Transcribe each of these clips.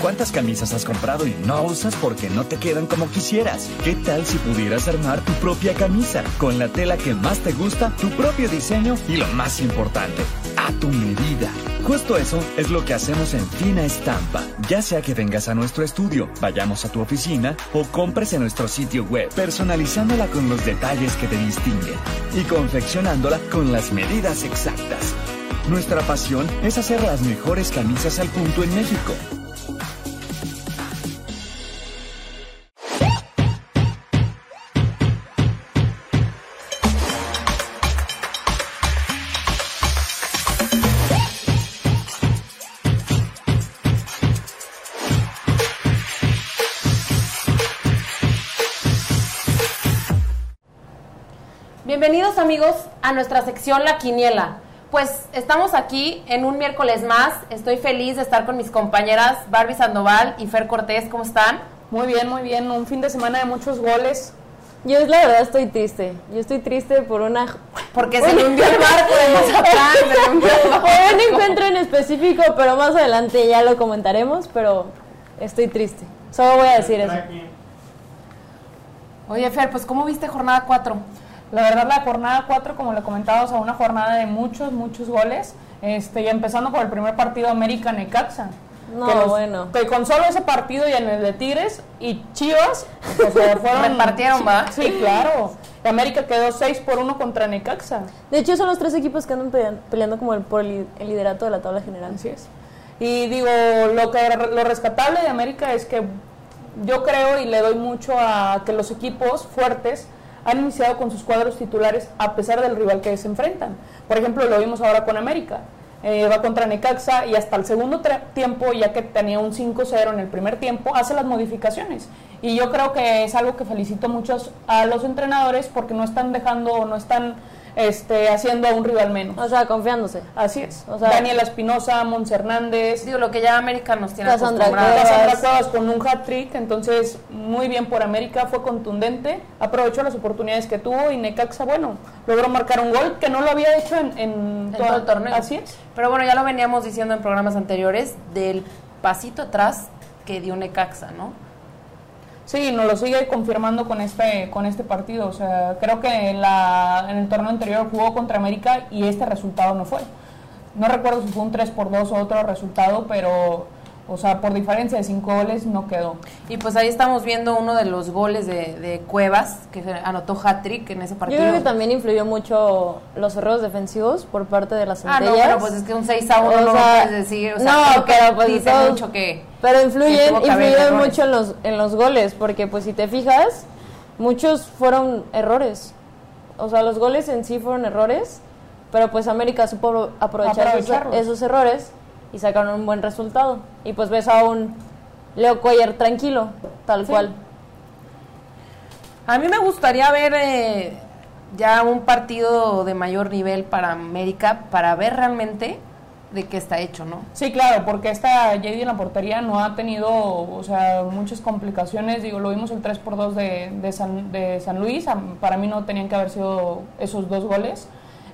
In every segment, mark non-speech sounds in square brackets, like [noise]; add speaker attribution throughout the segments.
Speaker 1: ¿Cuántas camisas has comprado y no usas porque no te quedan como quisieras? ¿Qué tal si pudieras armar tu propia camisa con la tela que más te gusta, tu propio diseño y lo más importante, a tu medida? Justo eso es lo que hacemos en Fina Estampa. Ya sea que vengas a nuestro estudio, vayamos a tu oficina o compres en nuestro sitio web, personalizándola con los detalles que te distinguen y confeccionándola con las medidas exactas. Nuestra pasión es hacer las mejores camisas al punto en México.
Speaker 2: Bienvenidos amigos a nuestra sección La Quiniela. Pues estamos aquí en un miércoles más. Estoy feliz de estar con mis compañeras Barbie Sandoval y Fer Cortés. ¿Cómo están?
Speaker 3: Muy bien, muy bien. Un fin de semana de muchos goles.
Speaker 4: Yo la verdad estoy triste. Yo estoy triste por una...
Speaker 2: Porque se le hundió el barco de Mazatlán. se le hundió el barco.
Speaker 4: [laughs] Por un encuentro en específico, pero más adelante ya lo comentaremos, pero estoy triste. Solo voy a decir eso.
Speaker 2: Oye Fer, pues ¿cómo viste jornada 4?
Speaker 3: La verdad, la jornada 4, como lo comentaba, o sea, una jornada de muchos, muchos goles. Este, y empezando por el primer partido América Necaxa.
Speaker 4: No,
Speaker 3: que los-
Speaker 4: bueno.
Speaker 3: Que con solo ese partido y en el de Tigres y Chivas, o
Speaker 4: [laughs]
Speaker 3: sea, fueron.
Speaker 2: Repartieron, ¿va?
Speaker 3: Sí, claro. Y América quedó 6 por 1 contra Necaxa.
Speaker 4: De hecho, son los tres equipos que andan pelean- peleando como el, por el, li- el liderato de la tabla general.
Speaker 3: Así es. Y digo, lo que lo rescatable de América es que yo creo y le doy mucho a que los equipos fuertes han iniciado con sus cuadros titulares a pesar del rival que se enfrentan. Por ejemplo, lo vimos ahora con América. Eh, va contra Necaxa y hasta el segundo tra- tiempo, ya que tenía un 5-0 en el primer tiempo, hace las modificaciones. Y yo creo que es algo que felicito mucho a los entrenadores porque no están dejando o no están este, haciendo a un rival menos.
Speaker 4: O sea, confiándose.
Speaker 3: Así es.
Speaker 4: O sea-
Speaker 3: Daniela Espinosa, Mons Hernández,
Speaker 2: Digo, lo que ya América nos tiene
Speaker 4: Cassandra
Speaker 2: acostumbrados.
Speaker 4: Cuevas.
Speaker 3: Cassandra Cuevas con un hat-trick, entonces muy bien por América, fue contundente, aprovechó las oportunidades que tuvo y Necaxa, bueno, logró marcar un gol que no lo había hecho en, en
Speaker 2: en
Speaker 3: toda-
Speaker 2: todo el torneo.
Speaker 3: Así es.
Speaker 2: Pero bueno, ya lo veníamos diciendo en programas anteriores del pasito atrás que dio Necaxa, ¿no?
Speaker 3: Sí, nos lo sigue confirmando con este, con este partido. O sea, creo que en, la, en el torneo anterior jugó contra América y este resultado no fue. No recuerdo si fue un 3 por 2 o otro resultado, pero, o sea, por diferencia de 5 goles no quedó.
Speaker 2: Y pues ahí estamos viendo uno de los goles de, de Cuevas, que anotó hat-trick en ese partido.
Speaker 4: Yo creo que también influyó mucho los errores defensivos por parte de las
Speaker 2: Ah,
Speaker 4: centellas.
Speaker 2: no, bueno, pues es que un 6 a 1
Speaker 4: O
Speaker 2: no lo
Speaker 4: sea,
Speaker 2: puedes decir. O sea,
Speaker 4: no,
Speaker 2: creo que
Speaker 4: pero pues
Speaker 2: dice
Speaker 4: todos-
Speaker 2: mucho que.
Speaker 4: Pero
Speaker 2: que
Speaker 4: influyen,
Speaker 2: tuvo que haber
Speaker 4: influyen
Speaker 2: errores.
Speaker 4: mucho en los, en los goles, porque pues si te fijas, muchos fueron errores. O sea, los goles en sí fueron errores, pero pues América supo aprovechar esos,
Speaker 3: Aprovecharlos.
Speaker 4: esos errores y sacaron un buen resultado. Y pues ves a un Leo Cuellar tranquilo, tal cual.
Speaker 2: A mí me gustaría ver eh, ya un partido de mayor nivel para América, para ver realmente de qué está hecho, ¿no?
Speaker 3: Sí, claro, porque esta JD en la portería no ha tenido, o sea, muchas complicaciones. Digo, lo vimos el 3 por 2 de, de San, de San Luis. A- Para mí no tenían que haber sido esos dos goles.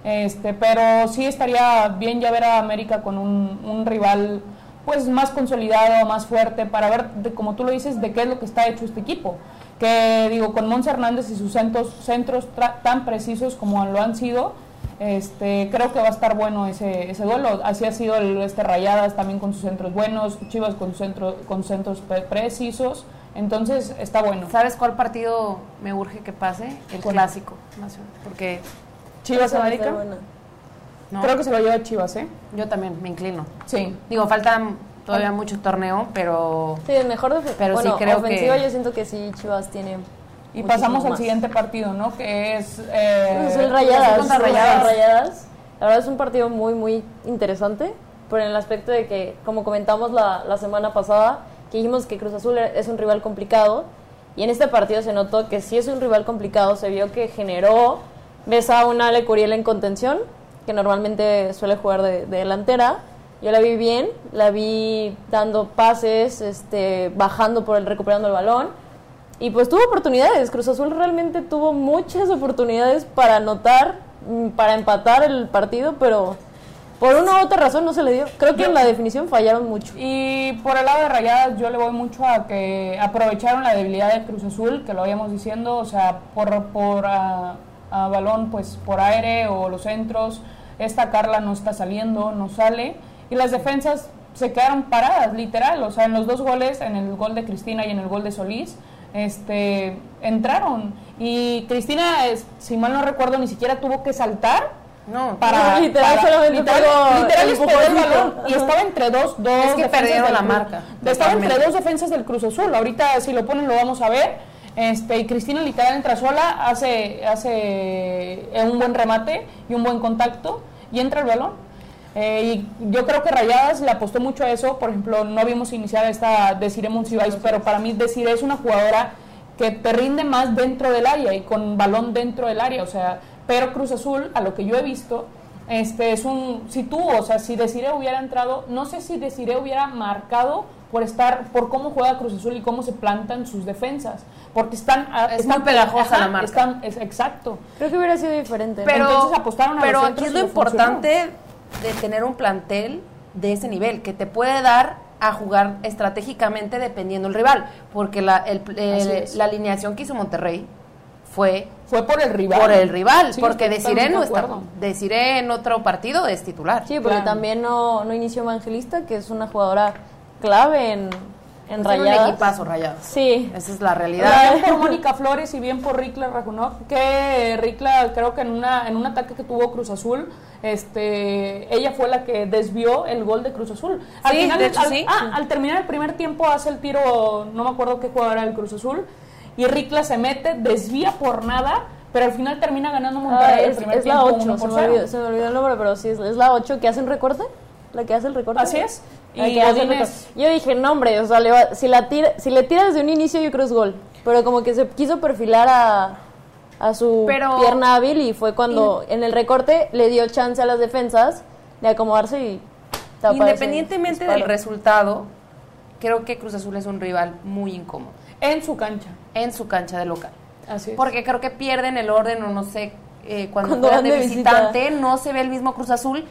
Speaker 3: Este, pero sí estaría bien ya ver a América con un, un rival pues más consolidado, más fuerte, para ver, de- como tú lo dices, de qué es lo que está hecho este equipo. Que digo, con Mons Hernández y sus centros, centros tra- tan precisos como lo han sido, este, creo que va a estar bueno ese, ese duelo. Así ha sido el este Rayadas también con sus centros buenos, Chivas con, centro, con centros pre- precisos. Entonces está bueno.
Speaker 2: ¿Sabes cuál partido me urge que pase? El
Speaker 3: ¿Cuál?
Speaker 2: clásico. nacional, Porque
Speaker 3: Chivas
Speaker 4: Esa va a
Speaker 3: América.
Speaker 4: estar buena.
Speaker 2: no,
Speaker 3: Creo que se lo lleva Chivas, ¿eh?
Speaker 2: yo también me inclino.
Speaker 3: Sí.
Speaker 2: Digo, faltan todavía mucho torneo, pero
Speaker 4: Sí, mejor defe-
Speaker 2: Pero sí
Speaker 4: bueno,
Speaker 2: creo que-
Speaker 4: ofensiva yo siento que sí Chivas tiene
Speaker 3: Y
Speaker 4: muchísimo
Speaker 3: pasamos al
Speaker 4: más.
Speaker 3: siguiente partido, ¿no? Que es. eh,
Speaker 4: Pues el Rayadas.
Speaker 2: contra
Speaker 4: el
Speaker 2: Rayadas.
Speaker 4: Rayadas. La verdad es un partido muy, muy interesante, por el aspecto de que, como comentamos la, la semana pasada, que dijimos que Cruz Azul es un rival complicado, y en este partido se notó que sí es un rival complicado, se vio que generó, ves a una Ale Curiel en contención, que normalmente suele jugar de, de delantera, yo la vi bien, la vi dando pases, este, bajando por el, recuperando el balón, y pues tuvo oportunidades, Cruz Azul realmente tuvo muchas oportunidades para anotar, mm, para empatar el partido, pero Por una u otra razón no se le dio. Creo que en la definición fallaron mucho.
Speaker 3: Y por el lado de Rayadas yo le voy mucho a que aprovecharon la debilidad de Cruz Azul, que lo habíamos diciendo, o sea, por, por ah, a balón, pues por aire o los centros, esta Carla no está saliendo, no sale, y las defensas se quedaron paradas, literal, o sea, en los dos goles, en el gol de Cristina y en el gol de Solís, este, entraron, y Cristina, es- si mal no recuerdo, ni siquiera tuvo que saltar,
Speaker 2: No,
Speaker 3: para
Speaker 4: [laughs] Literal,
Speaker 3: para-
Speaker 4: solamente
Speaker 3: literal,
Speaker 4: pegó
Speaker 3: literal
Speaker 4: el
Speaker 3: les pegó el
Speaker 4: empujoncito.
Speaker 3: balón y
Speaker 4: Ajá.
Speaker 3: estaba entre dos dos
Speaker 2: Es que
Speaker 3: defensas
Speaker 2: perdieron
Speaker 3: del
Speaker 2: la
Speaker 3: Cruz-
Speaker 2: marca,
Speaker 3: estaba
Speaker 2: totalmente.
Speaker 3: entre dos defensas del Cruz Azul ahorita si lo ponen lo vamos a ver este y Cristina literal entra sola hace hace eh, un buen remate y un buen contacto y entra el balón Eh, y yo creo que Rayadas le apostó mucho a eso por ejemplo no vimos iniciar esta Desiree Monsiváis pero para mí Desiree es una jugadora que te rinde más dentro del área y con balón dentro del área. O sea, pero Cruz Azul, a lo que yo he visto, este es un. Si tú, o sea, si Desiree hubiera entrado, no sé si Desiree hubiera marcado por estar, por cómo juega Cruz Azul y cómo se plantan sus defensas. Porque están. a-
Speaker 2: Es
Speaker 3: están
Speaker 2: muy pegajosa
Speaker 3: ajá,
Speaker 2: la marca.
Speaker 3: Están, es, exacto.
Speaker 4: Creo que hubiera sido diferente. ¿no?
Speaker 2: pero,
Speaker 3: Entonces apostaron a
Speaker 2: pero
Speaker 3: los
Speaker 2: aquí es lo
Speaker 3: centros y les funcionó.
Speaker 2: importante de tener un plantel de ese nivel, que te puede dar a jugar estratégicamente dependiendo el rival, porque la, el- el-
Speaker 3: Así es.
Speaker 2: la alineación que hizo Monterrey fue
Speaker 3: Fue por el rival.
Speaker 2: por el rival,
Speaker 3: Sí,
Speaker 2: porque
Speaker 3: estoy
Speaker 2: deciré no
Speaker 3: totalmente de
Speaker 2: está,
Speaker 3: acuerdo.
Speaker 2: Desiree en otro partido es titular.
Speaker 4: Sí, porque
Speaker 3: Claro.
Speaker 4: también no, no inició Evangelista, que es una jugadora clave en, en
Speaker 2: Es
Speaker 4: Rayadas.
Speaker 2: Pues un equipazo rayados.
Speaker 4: Sí.
Speaker 2: Esa es la realidad.
Speaker 3: Bien por Mónica Flores y bien por Rikla Rajunov, que Rikla creo que en una en un ataque que tuvo Cruz Azul, este ella fue la que desvió el gol de Cruz Azul. Al
Speaker 2: Sí,
Speaker 3: final,
Speaker 2: de hecho,
Speaker 3: al,
Speaker 2: sí.
Speaker 3: ah, al terminar el primer tiempo hace el tiro, no me acuerdo qué jugador era el Cruz Azul, y Rikla se mete, desvía por nada, pero al final termina ganando
Speaker 4: Ah,
Speaker 3: Monterrey el
Speaker 4: es,
Speaker 3: primer
Speaker 4: es la
Speaker 3: tiempo 1
Speaker 4: 8, se
Speaker 3: por
Speaker 4: me,
Speaker 3: 0.
Speaker 4: olvidó, se me olvidó el nombre, pero sí, es, es la 8 que hace un recorte. La que hace el recorte.
Speaker 3: Así es.
Speaker 4: La
Speaker 3: Y
Speaker 4: que hace el
Speaker 3: Godínez-
Speaker 4: recorte. Yo dije, no, hombre, o sea, le va- si, la tira, si le tira desde un inicio, yo creo es gol. Pero como que se quiso perfilar a, a su
Speaker 2: Pero-
Speaker 4: pierna hábil y fue cuando en el recorte le dio chance a las defensas de acomodarse y tapar ese
Speaker 2: Independientemente del
Speaker 4: disparo.
Speaker 2: resultado, creo que Cruz Azul es un rival muy incómodo
Speaker 3: en su cancha.
Speaker 2: en su cancha de local.
Speaker 3: Así es.
Speaker 2: Porque creo que pierden el orden o no sé, eh, cuando,
Speaker 4: Cuando
Speaker 2: juegan
Speaker 4: van
Speaker 2: de
Speaker 4: de
Speaker 2: visitante no se ve el mismo Cruz Azul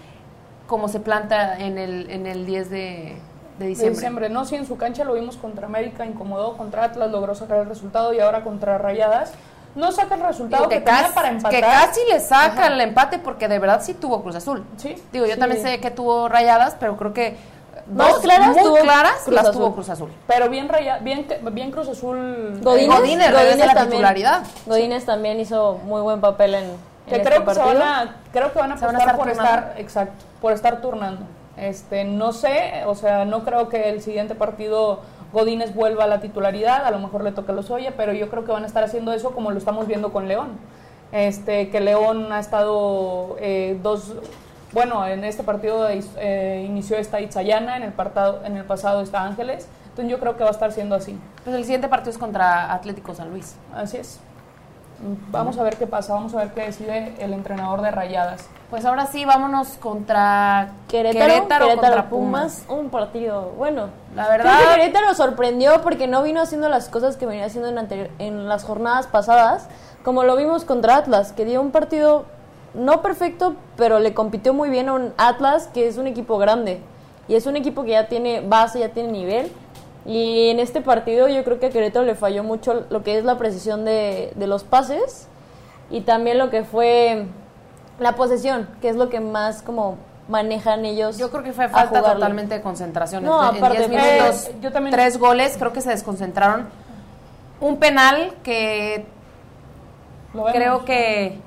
Speaker 2: como se planta en el, en el 10 de, de
Speaker 3: de
Speaker 2: diciembre.
Speaker 3: diciembre. No, sí, en su cancha lo vimos contra América, incomodó, contra Atlas logró sacar el resultado y ahora contra Rayadas. No saca el
Speaker 2: Digo,
Speaker 3: resultado
Speaker 2: que,
Speaker 3: que, tenía
Speaker 2: casi-
Speaker 3: para
Speaker 2: que
Speaker 3: empatar.
Speaker 2: casi le saca el empate porque de verdad sí tuvo Cruz Azul.
Speaker 3: Sí,
Speaker 2: Digo, yo
Speaker 3: sí.
Speaker 2: también sé que tuvo rayadas, pero creo que
Speaker 4: Más
Speaker 2: dos
Speaker 4: claras
Speaker 2: muy
Speaker 4: tuvo
Speaker 2: claras
Speaker 4: Cruz
Speaker 2: las
Speaker 4: Azul.
Speaker 2: tuvo Cruz Azul.
Speaker 3: Pero bien, Raya- bien, que- bien Cruz Azul.
Speaker 4: Godínez,
Speaker 2: Godínez regresa a la titularidad.
Speaker 4: Godínez también hizo muy buen papel en, en
Speaker 3: Que
Speaker 4: este
Speaker 3: creo, que se
Speaker 4: partido.
Speaker 3: van a, creo que van a
Speaker 2: Se van a estar
Speaker 3: apostar por
Speaker 2: turnando.
Speaker 3: estar, exacto, por estar turnando. Este, no sé, o sea, no creo que el siguiente partido Godínez vuelva a la titularidad, a lo mejor le toca los Oye, pero yo creo que van a estar haciendo eso como lo estamos viendo con León. Este, que León ha estado eh, dos, bueno, en este partido is- eh, inició esta Itzayana, en el, partado, en el pasado está Ángeles, entonces yo creo que va a estar siendo así.
Speaker 2: Pues el siguiente partido es contra Atlético San Luis.
Speaker 3: Así es. Vamos a ver qué pasa, vamos a ver qué decide el entrenador de Rayadas.
Speaker 2: Pues ahora sí, vámonos contra
Speaker 4: Querétaro, Querétaro,
Speaker 2: contra
Speaker 4: Pumas, un partido bueno.
Speaker 2: La verdad-
Speaker 4: Creo que Querétaro sorprendió porque no vino haciendo las cosas que venía haciendo en, anterior- en las jornadas pasadas, como lo vimos contra Atlas, que dio un partido no perfecto, pero le compitió muy bien a un Atlas que es un equipo grande y es un equipo que ya tiene base, ya tiene nivel. Y en este partido yo creo que a Querétaro le falló mucho lo que es la precisión de, de los pases y también lo que fue la posesión, que es lo que más como manejan ellos.
Speaker 2: Yo creo que fue
Speaker 4: a
Speaker 2: falta
Speaker 4: jugarlo.
Speaker 2: totalmente de concentración.
Speaker 4: No,
Speaker 2: En- en 10
Speaker 4: aparte, eh,
Speaker 2: minutos,
Speaker 3: yo también-
Speaker 2: tres goles, creo que se desconcentraron. Un penal que
Speaker 3: Lo vemos.
Speaker 2: creo que...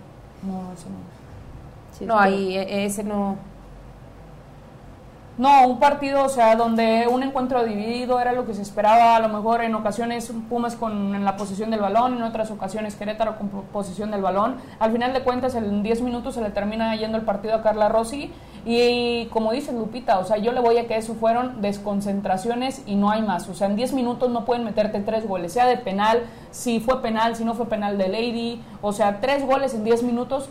Speaker 3: No, ese no.
Speaker 4: Sí,
Speaker 2: no,
Speaker 4: sí.
Speaker 2: ahí e- ese no...
Speaker 3: No, un partido, o sea, donde un encuentro dividido era lo que se esperaba. A lo mejor en ocasiones Pumas con en la posesión del balón, en otras ocasiones Querétaro con po- posesión del balón. Al final de cuentas, en 10 minutos se le termina yendo el partido a Carla Rossi. Y como dice Lupita, o sea, yo le voy a que eso fueron desconcentraciones y no hay más. O sea, en 10 minutos no pueden meterte tres goles, sea de penal, si fue penal, si no fue penal de Lady. O sea, tres goles en 10 minutos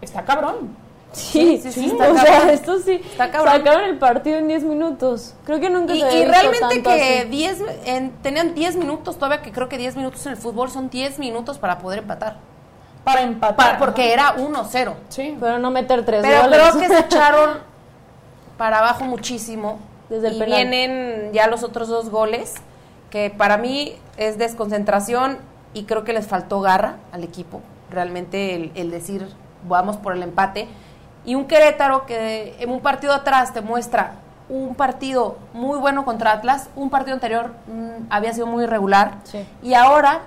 Speaker 3: está cabrón.
Speaker 4: Sí,
Speaker 2: Sí,
Speaker 4: sí,
Speaker 2: sí,
Speaker 4: sí,
Speaker 2: sí,
Speaker 4: o
Speaker 2: está cabrón.
Speaker 4: sea, esto sí.
Speaker 2: Está cabrón.
Speaker 4: Sacaron el partido en 10 minutos. Creo que nunca
Speaker 2: Y,
Speaker 4: se había
Speaker 2: y
Speaker 4: visto
Speaker 2: realmente
Speaker 4: tanto
Speaker 2: que
Speaker 4: así.
Speaker 2: 10 en- tenían 10 minutos todavía, que creo que 10 minutos en el fútbol son 10 minutos para poder empatar.
Speaker 3: Para empatar.
Speaker 2: Para- porque
Speaker 3: ajá.
Speaker 2: era 1-0.
Speaker 3: Sí.
Speaker 4: Pero no meter tres
Speaker 2: Pero
Speaker 4: goles. [laughs]
Speaker 2: creo que se echaron para abajo muchísimo.
Speaker 4: Desde el
Speaker 2: y
Speaker 4: penal.
Speaker 2: vienen ya los otros dos goles, que para mí es desconcentración y creo que les faltó garra al equipo. Realmente el, el decir, vamos por el empate. Y un Querétaro que en un partido atrás te muestra un partido muy bueno contra Atlas, un partido anterior mm, había sido muy irregular.
Speaker 4: Sí.
Speaker 2: Y ahora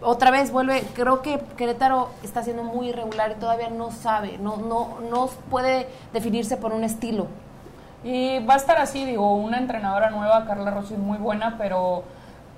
Speaker 2: otra vez vuelve, creo que Querétaro está siendo muy irregular y todavía no sabe, no, no, no puede definirse por un estilo.
Speaker 3: Y va a estar así, digo, una entrenadora nueva, Carla Rossi, muy buena, pero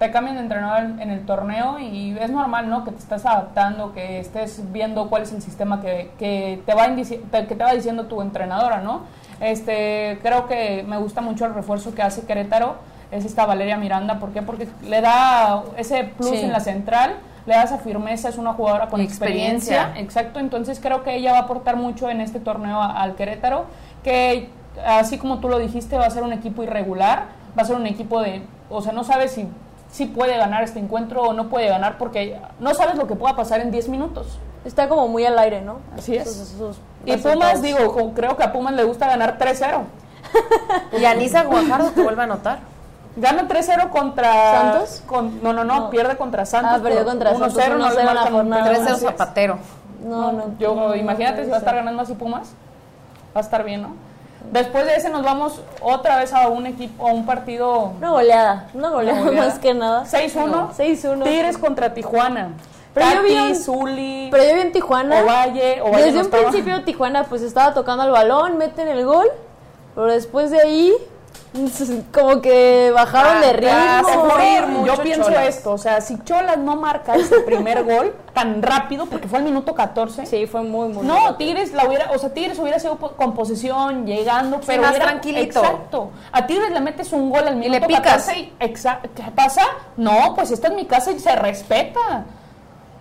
Speaker 3: te cambian de entrenador en, en el torneo y es normal, ¿no? Que te estás adaptando, que estés viendo cuál es el sistema que, que te, va indici- te- que te va diciendo tu entrenadora, ¿no? Este, creo que me gusta mucho el refuerzo que hace Querétaro, es esta Valeria Miranda, ¿por qué? Porque le da ese plus
Speaker 2: Sí.
Speaker 3: en la central, le da esa firmeza, es una jugadora con
Speaker 2: Y
Speaker 3: experiencia.
Speaker 2: experiencia.
Speaker 3: Exacto, entonces creo que ella va a aportar mucho en este torneo a- al Querétaro, que así como tú lo dijiste, va a ser un equipo irregular, va a ser un equipo de, o sea, no sabes si, si puede ganar este encuentro o no puede ganar, porque no sabes lo que pueda pasar en 10 minutos.
Speaker 4: Está como muy al aire, ¿no?
Speaker 3: Así es.
Speaker 4: Sus- sus
Speaker 3: Y
Speaker 4: resultados.
Speaker 3: Pumas, digo, co- creo que a Pumas le gusta ganar 3-0.
Speaker 2: Y Anisa Guajardo te vuelve a anotar.
Speaker 3: Gana 3-0 contra
Speaker 4: ¿Santos?
Speaker 3: con- no, no, no,
Speaker 4: No.
Speaker 3: pierde contra Santos.
Speaker 4: Ah, perdió
Speaker 3: por
Speaker 4: contra Santos,
Speaker 3: 1-0, no
Speaker 4: 1-0
Speaker 3: le
Speaker 4: en la
Speaker 3: marcan un
Speaker 4: jornada.
Speaker 3: penal.
Speaker 2: 3-0
Speaker 3: Así es.
Speaker 2: Zapatero.
Speaker 4: No, no.
Speaker 3: Yo,
Speaker 4: no,
Speaker 3: imagínate
Speaker 4: puede
Speaker 3: si va a estar
Speaker 4: ser.
Speaker 3: ganando así Pumas. Va a estar bien, ¿no? Después de ese nos vamos otra vez a un equipo, a un partido
Speaker 4: Una goleada, una goleada, [laughs]
Speaker 3: Una goleada.
Speaker 4: más que nada.
Speaker 3: 6-1.
Speaker 4: No, 6-1.
Speaker 3: Tigres contra Tijuana.
Speaker 4: Pero yo
Speaker 3: Tati,
Speaker 4: vi un-
Speaker 3: Zuli,
Speaker 4: Pero yo vi en Tijuana.
Speaker 3: Ovalle, Ovalle
Speaker 4: Desde
Speaker 3: no
Speaker 4: un
Speaker 3: estaba.
Speaker 4: principio Tijuana pues estaba tocando el balón, meten el gol, pero después de ahí [laughs] como que bajaron de
Speaker 2: Ah,
Speaker 3: Se
Speaker 4: ritmo.
Speaker 2: por
Speaker 3: fue.
Speaker 2: ir mucho,
Speaker 3: Yo pienso
Speaker 2: Cholas.
Speaker 3: esto, o sea, si Cholas no marca este primer gol tan rápido, porque fue al minuto 14.
Speaker 4: Sí, fue muy muy
Speaker 3: No, Tigres la hubiera, o sea, Tigres hubiera sido po- con posesión, llegando, pero
Speaker 2: más
Speaker 3: hubiera-
Speaker 2: tranquilito.
Speaker 3: Exacto. A Tigres le metes un gol al minuto
Speaker 2: le picas.
Speaker 3: 14 y- exa- ¿Qué pasa? No, pues esta es mi casa y se respeta.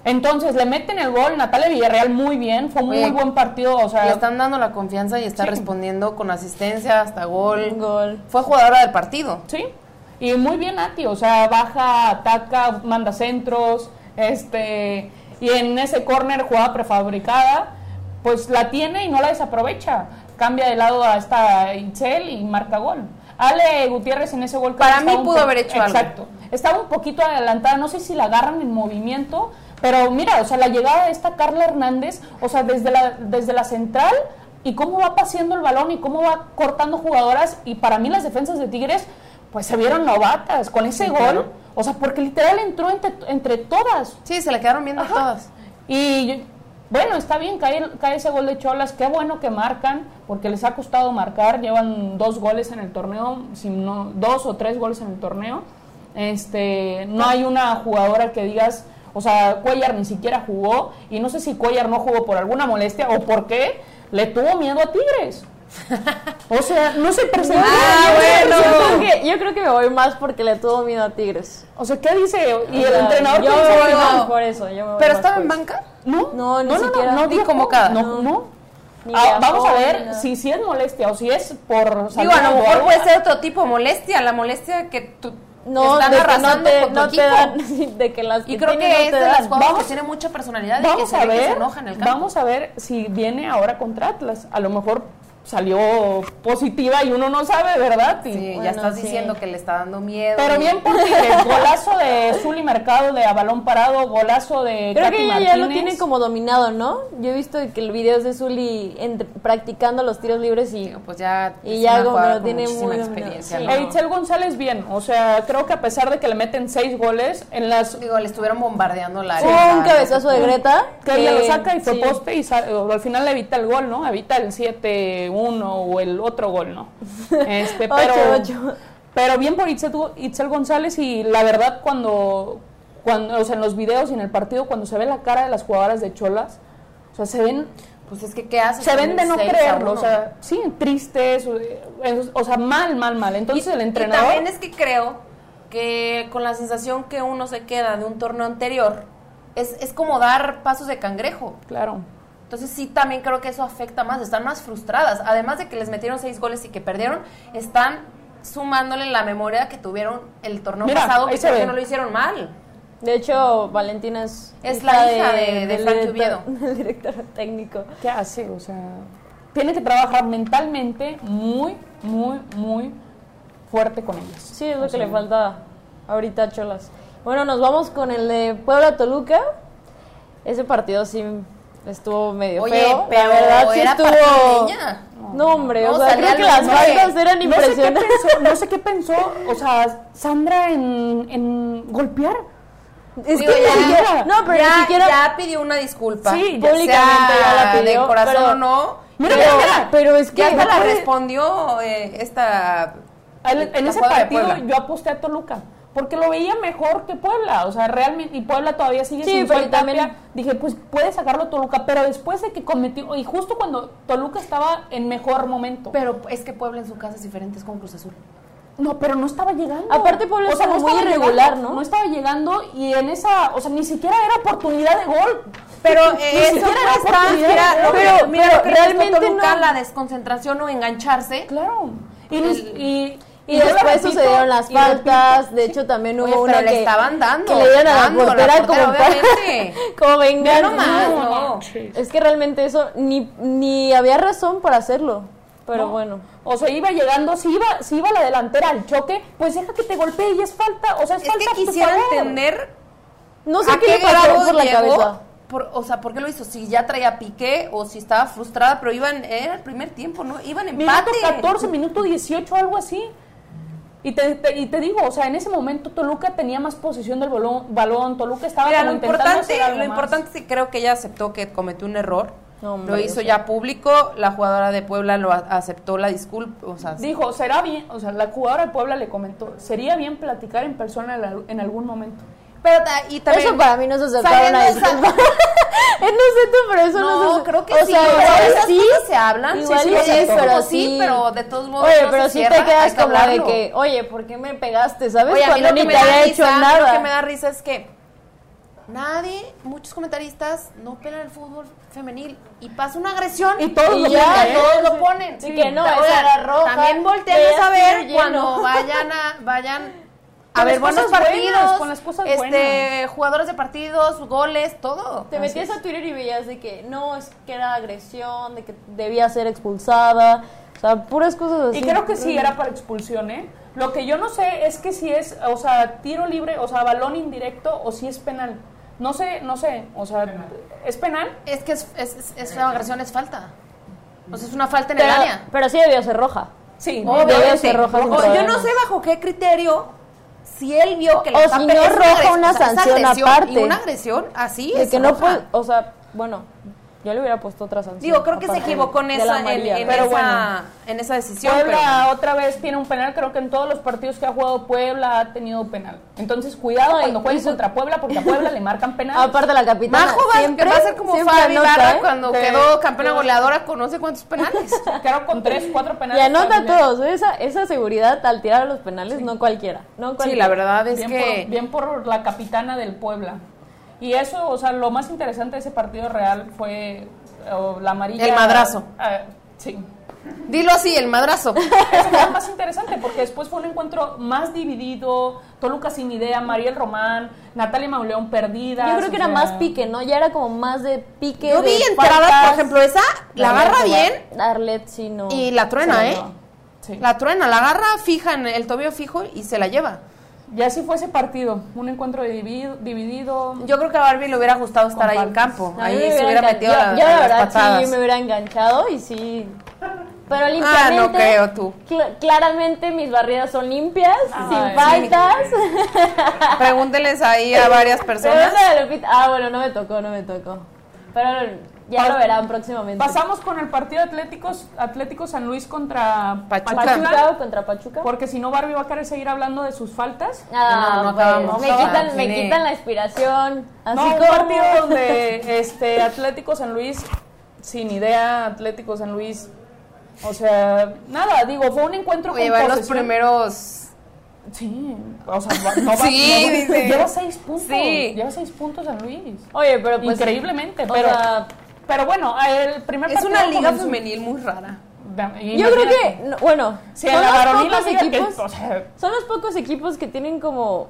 Speaker 3: Entonces le meten el gol, Natalia Villarreal muy bien, fue un
Speaker 2: Oye,
Speaker 3: muy buen partido, o sea,
Speaker 2: Le están dando la confianza y está respondiendo con asistencia hasta gol.
Speaker 4: Gol.
Speaker 2: Fue jugadora del partido.
Speaker 3: sí. Y muy bien Nati, o sea, baja, ataca, manda centros, este, y en ese córner jugada prefabricada, pues la tiene y no la desaprovecha. Cambia de lado a esta Itzel y marca gol. Ale Gutiérrez en ese gol creo
Speaker 2: Para
Speaker 3: que
Speaker 2: mí
Speaker 3: estaba un
Speaker 2: pudo
Speaker 3: po-
Speaker 2: haber hecho algo.
Speaker 3: Exacto. Estaba un poquito adelantada, no sé si la agarran en movimiento, pero mira, o sea, la llegada de esta Carla Hernández, o sea, desde la, desde la central y cómo va paseando el balón y cómo va cortando jugadoras y para mí las defensas de Tigres pues se vieron novatas con ese gol,
Speaker 2: claro.
Speaker 3: o sea, porque literal entró entre, entre todas.
Speaker 2: Sí, se la quedaron viendo
Speaker 3: Ajá.
Speaker 2: todas.
Speaker 3: Y yo- bueno, está bien, cae, cae ese gol de Cholas, qué bueno que marcan, porque les ha costado marcar, llevan dos goles en el torneo, si no, dos o tres goles en el torneo. Este, no hay una jugadora que digas, o sea, Cuellar ni siquiera jugó, y no sé si Cuellar no jugó por alguna molestia o por qué le tuvo miedo a Tigres. O sea, no se presentó.
Speaker 2: Ah,
Speaker 3: no se
Speaker 2: bueno.
Speaker 4: Yo
Speaker 3: presentó.
Speaker 4: creo, que, yo creo que me voy más porque le tuvo miedo a Tigres.
Speaker 3: O sea, ¿qué dice? Y
Speaker 4: O
Speaker 3: el
Speaker 4: sea,
Speaker 3: entrenador
Speaker 4: yo
Speaker 3: ¿qué
Speaker 4: me
Speaker 3: dice?
Speaker 4: voy
Speaker 2: no.
Speaker 4: más por eso, yo me voy
Speaker 2: ¿Pero
Speaker 4: más
Speaker 2: estaba
Speaker 4: por
Speaker 2: en
Speaker 4: eso.
Speaker 2: banca?
Speaker 3: No,
Speaker 4: No, ni siquiera.
Speaker 3: No, no,
Speaker 2: Ni convocada.
Speaker 3: No, no.
Speaker 4: Ni
Speaker 3: Ah,
Speaker 4: viajó,
Speaker 3: vamos a
Speaker 4: ni
Speaker 3: ver
Speaker 4: nada.
Speaker 3: si, si es molestia o si es por salir
Speaker 2: Digo, a lo
Speaker 3: al
Speaker 2: mejor
Speaker 3: gol.
Speaker 2: puede ser otro tipo de molestia, la molestia que tú
Speaker 4: No,
Speaker 2: están
Speaker 4: de que no
Speaker 2: arrasando
Speaker 4: te,
Speaker 2: con tu
Speaker 4: no te
Speaker 2: equipo.
Speaker 4: dan [laughs] de que las
Speaker 2: Y
Speaker 4: que
Speaker 2: creo que
Speaker 4: tienen no
Speaker 2: es
Speaker 4: te
Speaker 2: de
Speaker 4: dan.
Speaker 2: las jugadoras
Speaker 3: Vamos-
Speaker 2: que tiene mucha personalidad y que
Speaker 3: Vamos
Speaker 2: se, ve
Speaker 3: a
Speaker 2: que se
Speaker 3: ver,
Speaker 2: enoja en el campo.
Speaker 3: vamos a ver si viene ahora contra Atlas. A lo mejor salió positiva y uno no sabe, ¿verdad? Y-
Speaker 2: Sí, ya
Speaker 4: Bueno,
Speaker 2: estás
Speaker 4: sí.
Speaker 2: diciendo que le está dando miedo.
Speaker 3: Pero
Speaker 2: y-
Speaker 3: bien por
Speaker 2: [laughs]
Speaker 3: Tigres, golazo de Zuli Mercado de a balón parado, golazo de
Speaker 4: Creo
Speaker 3: Katy
Speaker 4: que ella ya lo
Speaker 3: Martínez.
Speaker 4: tiene como dominado, ¿no? Yo he visto que el videos de Zuli en- practicando los tiros libres y
Speaker 2: Digo, pues ya
Speaker 4: Y
Speaker 2: es
Speaker 4: ya
Speaker 2: una
Speaker 4: como
Speaker 2: jugadora
Speaker 4: lo
Speaker 2: con
Speaker 4: tiene
Speaker 2: muchísima
Speaker 4: muy dominado,
Speaker 2: experiencia.
Speaker 4: sí.
Speaker 2: ¿no?
Speaker 3: E Itzel González bien, o sea, creo que a pesar de que le meten seis goles, en las
Speaker 2: Digo, le estuvieron bombardeando la
Speaker 4: Hubo
Speaker 2: área.
Speaker 4: un cabezazo de Greta.
Speaker 3: que ella lo saca y fue
Speaker 4: sí.
Speaker 3: poste y sa- o al final evita el gol, ¿no? Evita el 7-1 o el otro gol,
Speaker 2: [laughs]
Speaker 3: ¿no? Este, pero,
Speaker 4: Ocho, ocho.
Speaker 3: pero bien por Itzel, Gu- Itzel González y la verdad cuando, cuando, o sea, en los videos y en el partido, cuando se ve la cara de las jugadoras de Cholas, o sea, se ven,
Speaker 2: Pues es que, ¿qué haces?
Speaker 3: se ven de no
Speaker 2: Seis a
Speaker 3: creerlo, o
Speaker 2: uno.
Speaker 3: sea, sí, tristes, o- eh, o sea, mal, mal, mal. Entonces el
Speaker 2: Y
Speaker 3: entrenador...
Speaker 2: también es que creo que con la sensación que uno se queda de un torneo anterior, es, es como dar pasos de cangrejo.
Speaker 3: Claro.
Speaker 2: Entonces sí, también creo que eso afecta más, están más frustradas. Además de que les metieron seis goles y que perdieron, están sumándole la memoria que tuvieron el torneo
Speaker 3: Mira,
Speaker 2: pasado, que
Speaker 3: ahí se
Speaker 2: creo que
Speaker 3: ve.
Speaker 2: no lo hicieron mal.
Speaker 4: De hecho, Valentina es,
Speaker 2: Es la hija de- de
Speaker 4: del
Speaker 2: Frankie
Speaker 4: [laughs] director-
Speaker 2: Oviedo.
Speaker 4: del director técnico.
Speaker 3: ¿Qué hace? O sea... tiene que trabajar mentalmente muy, muy, muy fuerte con ellas.
Speaker 4: Sí, es lo que le falta ahorita a Cholas. Bueno, nos vamos con el de Puebla-Toluca. Ese partido sí estuvo medio
Speaker 2: Oye,
Speaker 4: feo.
Speaker 2: pero
Speaker 4: la verdad sí
Speaker 2: era
Speaker 4: estuvo.
Speaker 2: partideña.
Speaker 4: No, hombre,
Speaker 2: No,
Speaker 4: o sea,
Speaker 2: salía
Speaker 4: creo que
Speaker 2: al
Speaker 4: las
Speaker 2: balcón.
Speaker 3: No
Speaker 4: faltas eran
Speaker 3: sé, qué
Speaker 4: impresionantes.
Speaker 3: pensó, no sé qué pensó, o sea, Sandra en, en golpear.
Speaker 4: Es
Speaker 2: Digo,
Speaker 4: que ni
Speaker 2: ya-
Speaker 4: siquiera. No, pero
Speaker 2: ya,
Speaker 4: ni siquiera.
Speaker 2: ya pidió una disculpa.
Speaker 3: Sí,
Speaker 2: ya
Speaker 4: públicamente
Speaker 2: sea
Speaker 4: ya la pidió,
Speaker 2: De corazón
Speaker 4: pero-
Speaker 2: o no.
Speaker 3: Mira,
Speaker 2: pero,
Speaker 3: mira,
Speaker 4: pero es que
Speaker 2: ya te
Speaker 4: no
Speaker 2: la
Speaker 4: puede-
Speaker 2: respondió eh, esta.
Speaker 3: En, en
Speaker 2: la
Speaker 3: ese
Speaker 2: jugadora de
Speaker 3: partido
Speaker 2: Puebla.
Speaker 3: yo aposté a Toluca, porque lo veía mejor que Puebla, o sea, realmente, y Puebla todavía sigue
Speaker 4: Sí,
Speaker 3: sin
Speaker 4: pero
Speaker 3: Sol Tapia.
Speaker 4: también-
Speaker 3: Dije, pues puede sacarlo Toluca, pero después de que cometió, y justo cuando Toluca estaba en mejor momento.
Speaker 2: Pero es que Puebla en su casa es diferente, es con Cruz Azul.
Speaker 3: No, pero no estaba llegando.
Speaker 4: Aparte, Puebla estuvo muy
Speaker 3: estaba
Speaker 4: irregular,
Speaker 3: llegando,
Speaker 4: ¿no?
Speaker 3: No estaba llegando y en esa, o sea, ni siquiera era oportunidad de gol.
Speaker 2: Pero
Speaker 3: Ni
Speaker 2: eh, eso
Speaker 3: siquiera
Speaker 2: no
Speaker 3: era
Speaker 2: está.
Speaker 3: oportunidad de
Speaker 2: Mira,
Speaker 3: gol.
Speaker 2: lo que-
Speaker 4: pero-
Speaker 2: mira
Speaker 4: pero
Speaker 2: lo que prestó
Speaker 4: realmente
Speaker 2: Toluca,
Speaker 4: no.
Speaker 2: la desconcentración o engancharse.
Speaker 3: Claro. Y, ni- y, yo
Speaker 4: Y
Speaker 3: lo
Speaker 4: después
Speaker 3: repito,
Speaker 4: sucedieron las
Speaker 3: y repito,
Speaker 4: faltas. De hecho, también hubo
Speaker 2: Oye, pero
Speaker 4: una
Speaker 2: le
Speaker 4: que,
Speaker 2: estaban dando,
Speaker 4: que le dieron a la
Speaker 2: dando, la
Speaker 4: portera,
Speaker 2: portera,
Speaker 4: como, pa-
Speaker 2: obviamente.
Speaker 4: [laughs] como venganza.
Speaker 2: no más, no.
Speaker 4: Es que realmente eso ni, ni había razón para hacerlo. Pero
Speaker 3: No.
Speaker 4: bueno.
Speaker 3: O sea, iba llegando, si iba, si iba la delantera al choque, pues deja que te golpee y es falta. O sea, es,
Speaker 2: Es
Speaker 3: falta. pues,
Speaker 2: que
Speaker 3: a tu
Speaker 2: quisiera
Speaker 3: favor.
Speaker 2: entender
Speaker 4: No sé
Speaker 2: ¿A
Speaker 4: qué, le pasó
Speaker 2: grado
Speaker 4: por la
Speaker 2: llegó?
Speaker 4: cabeza.
Speaker 2: Por- o sea, ¿por qué lo hizo? Si ya traía pique o si estaba frustrada, pero iban, era el primer tiempo, ¿no? Iban
Speaker 3: Minuto
Speaker 2: empate.
Speaker 3: 14, minuto 18, algo así. Y te, te- y te digo, o sea, en ese momento Toluca tenía más posesión del balón, balón Toluca estaba
Speaker 2: Mira,
Speaker 3: como
Speaker 2: lo
Speaker 3: intentando
Speaker 2: importante,
Speaker 3: hacer
Speaker 2: lo
Speaker 3: algo más.
Speaker 2: importante es que creo que ella aceptó que cometió un error.
Speaker 4: No, hombre,
Speaker 2: lo hizo
Speaker 4: sí.
Speaker 2: ya público, la jugadora de Puebla lo a- aceptó la disculpa, o sea,
Speaker 3: Dijo, será bien, o sea, la jugadora de Puebla le comentó, sería bien platicar en persona en al- en algún momento.
Speaker 2: pero ta- y también
Speaker 4: Eso para mí no se aceptaba
Speaker 2: saliendo
Speaker 4: una
Speaker 2: esa-
Speaker 4: disculpa. [laughs] Eh, no sé tú, pero eso
Speaker 2: [laughs]
Speaker 4: no,
Speaker 2: No,
Speaker 4: se
Speaker 2: creo que
Speaker 4: o
Speaker 2: sí.
Speaker 4: Sea,
Speaker 2: pero
Speaker 4: igual
Speaker 2: esas
Speaker 4: sí,
Speaker 2: cosas se hablan.
Speaker 4: Igual
Speaker 2: sí,
Speaker 4: y sí,
Speaker 2: es como
Speaker 4: pero
Speaker 2: sí,
Speaker 4: sí.
Speaker 2: pero de todos modos.
Speaker 4: Oye,
Speaker 2: no
Speaker 4: pero
Speaker 2: se
Speaker 4: sí
Speaker 2: cierra,
Speaker 4: te quedas
Speaker 2: hay que
Speaker 4: como de
Speaker 2: hablarlo.
Speaker 4: que, oye, ¿por qué me pegaste? ¿Sabes?
Speaker 2: Oye, a mí
Speaker 4: Cuando
Speaker 2: lo
Speaker 4: ni
Speaker 2: que me
Speaker 4: te
Speaker 2: da
Speaker 4: había
Speaker 2: risa,
Speaker 4: hecho
Speaker 2: a mí
Speaker 4: nada.
Speaker 2: Lo que me da risa es que nadie, muchos comentaristas, no pelan el fútbol femenil y pasa una agresión
Speaker 3: Y todos lo
Speaker 4: ya,
Speaker 3: ponen,
Speaker 2: y
Speaker 3: ¿eh?
Speaker 2: todos lo ponen.
Speaker 4: Sí, que no, esa
Speaker 2: oigan,
Speaker 4: era roja,
Speaker 2: También
Speaker 4: que
Speaker 2: voltean
Speaker 4: ya
Speaker 2: a
Speaker 4: estoy
Speaker 2: saber
Speaker 4: lleno.
Speaker 2: cuando vayan a,
Speaker 4: [laughs]
Speaker 2: vayan a
Speaker 3: Con
Speaker 2: ver
Speaker 3: las
Speaker 2: buenos
Speaker 3: cosas buenas,
Speaker 2: partidos,
Speaker 3: con las cosas
Speaker 2: este, jugadores de partidos, goles, todo.
Speaker 4: Te metías a Twitter y veías de que no, es que era agresión, de que debía ser expulsada. O sea, puras cosas así. Mm,
Speaker 3: Y creo que sí era para expulsión, ¿eh? Lo que yo no sé es que si es, o sea, tiro libre, o sea, balón indirecto o si es penal. No sé, no sé, o sea, ¿es penal?
Speaker 2: Es que es, es, es- es una agresión, es falta. O sea, es una falta en
Speaker 4: Pero,
Speaker 2: el área.
Speaker 4: pero sí debió ser roja.
Speaker 3: Sí,
Speaker 4: Debe ser roja sin
Speaker 2: O- yo
Speaker 4: problema.
Speaker 2: no sé bajo qué criterio si él vio que le
Speaker 4: O
Speaker 2: está
Speaker 4: si
Speaker 2: pe-
Speaker 4: no
Speaker 2: es
Speaker 4: roja,
Speaker 2: agres-
Speaker 4: una
Speaker 2: o sea, es
Speaker 4: sanción
Speaker 2: agresión,
Speaker 4: aparte.
Speaker 2: Y una agresión así
Speaker 4: De
Speaker 2: es
Speaker 4: que no
Speaker 2: roja.
Speaker 4: puede, o sea, bueno, yo le hubiera puesto otra sanción.
Speaker 2: Digo, creo que se
Speaker 4: aparte
Speaker 2: equivocó en
Speaker 4: de la
Speaker 2: esa, en,
Speaker 4: amarilla.
Speaker 2: en
Speaker 3: Pero
Speaker 2: esa,
Speaker 3: bueno.
Speaker 2: en esa decisión.
Speaker 3: Puebla otra vez tiene un penal, creo que en todos los partidos que ha jugado Puebla ha tenido penal. Entonces, cuidado
Speaker 4: Ay,
Speaker 3: cuando jueguen
Speaker 4: y su-
Speaker 3: contra Puebla, porque a Puebla le marcan penal.
Speaker 4: [laughs] Aparte la
Speaker 2: pero-
Speaker 4: capitana.
Speaker 2: Majo va,
Speaker 4: siempre,
Speaker 2: va a ser como
Speaker 4: siempre
Speaker 2: Fabi
Speaker 4: anota,
Speaker 2: Barra
Speaker 4: ¿eh?
Speaker 2: cuando
Speaker 3: Que-
Speaker 2: quedó campeona goleadora con no sé cuántos
Speaker 4: [laughs]
Speaker 2: penales.
Speaker 3: Creo con tres, cuatro
Speaker 4: Y
Speaker 3: penales.
Speaker 4: anota a
Speaker 3: también.
Speaker 4: todos. ¿eh? Esa, esa seguridad al tirar a los penales, no cualquiera. No
Speaker 2: sí,
Speaker 4: cualquiera.
Speaker 2: la verdad es
Speaker 3: bien, por,
Speaker 2: que
Speaker 3: bien por la capitana del Puebla. Y eso, o sea, lo más interesante de ese partido real fue eh, o, la amarilla.
Speaker 2: El madrazo.
Speaker 3: Ah, sí.
Speaker 2: dilo así, el madrazo.
Speaker 4: [laughs]
Speaker 3: Eso fue lo más interesante porque después fue un encuentro más dividido. Toluca sin idea, Mariel Román, Natalia Mauleón perdida.
Speaker 4: Yo creo que era más pique, ¿no? Ya era como más de pique.
Speaker 2: Yo
Speaker 4: de
Speaker 2: vi entradas,
Speaker 4: faltas.
Speaker 2: por ejemplo, esa la agarra bien
Speaker 4: Arlet, sí, no.
Speaker 2: y la truena, ¿eh?
Speaker 3: Sí.
Speaker 2: La truena, la agarra fija en el tobillo fijo y se la lleva.
Speaker 3: Y así fue ese partido, un encuentro dividido. dividido.
Speaker 2: Yo creo que a Barbie le hubiera gustado estar ahí en
Speaker 3: faltas.
Speaker 2: campo.
Speaker 4: No,
Speaker 2: ahí
Speaker 4: yo me
Speaker 2: se hubiera
Speaker 4: engan-
Speaker 2: metido
Speaker 4: yo-
Speaker 2: la,
Speaker 4: yo, la
Speaker 2: las
Speaker 4: verdad,
Speaker 2: patadas. Ah,
Speaker 4: sí, me hubiera enganchado y sí. Pero limpiamente.
Speaker 2: no creo tú.
Speaker 4: cl- claramente mis barridas son limpias,
Speaker 3: Ay,
Speaker 4: sin faltas.
Speaker 2: Pregúnteles ahí a varias personas.
Speaker 4: Pero esa de Lupita- Ah, bueno, no me tocó, no me tocó. Pero ya
Speaker 3: Pas-
Speaker 4: lo verán próximamente.
Speaker 3: Pasamos con el partido Atléticos, Atlético San Luis contra
Speaker 2: Pachuca.
Speaker 4: Pachuca o contra Pachuca.
Speaker 3: Porque si no, Barbie va a querer seguir hablando de sus faltas.
Speaker 4: Ah,
Speaker 2: No, no
Speaker 4: pues,
Speaker 2: acabamos,
Speaker 4: me,
Speaker 2: no
Speaker 4: quitan,
Speaker 2: acabamos.
Speaker 4: me
Speaker 2: Sí.
Speaker 4: quitan la inspiración.
Speaker 2: Ah,
Speaker 4: Así
Speaker 3: no, un
Speaker 4: como-
Speaker 3: partido donde este, Atlético San Luis, sin idea, Atlético San Luis. O sea, nada, digo, fue un encuentro con
Speaker 2: Oye, va en los
Speaker 3: posesión.
Speaker 2: primeros.
Speaker 3: Sí, o sea, va-
Speaker 2: [laughs]
Speaker 3: no va,
Speaker 2: Sí,
Speaker 3: no va-
Speaker 2: dice.
Speaker 3: lleva seis puntos.
Speaker 2: Sí.
Speaker 3: Lleva seis puntos San Luis.
Speaker 4: [laughs] Oye, pero pues.
Speaker 3: Increíblemente,
Speaker 4: o
Speaker 3: pero,
Speaker 4: sea,
Speaker 3: pero bueno, el primer
Speaker 2: Es una
Speaker 3: partido
Speaker 2: liga
Speaker 3: comenzó-
Speaker 2: femenil muy rara.
Speaker 3: Da-
Speaker 4: Yo creo
Speaker 3: imagínate.
Speaker 4: que, no, bueno,
Speaker 3: Si a
Speaker 4: son
Speaker 3: la
Speaker 4: los
Speaker 3: varonil la
Speaker 4: pocos
Speaker 3: liga que-
Speaker 4: equipos.
Speaker 3: o sea,
Speaker 4: Son los pocos equipos que tienen como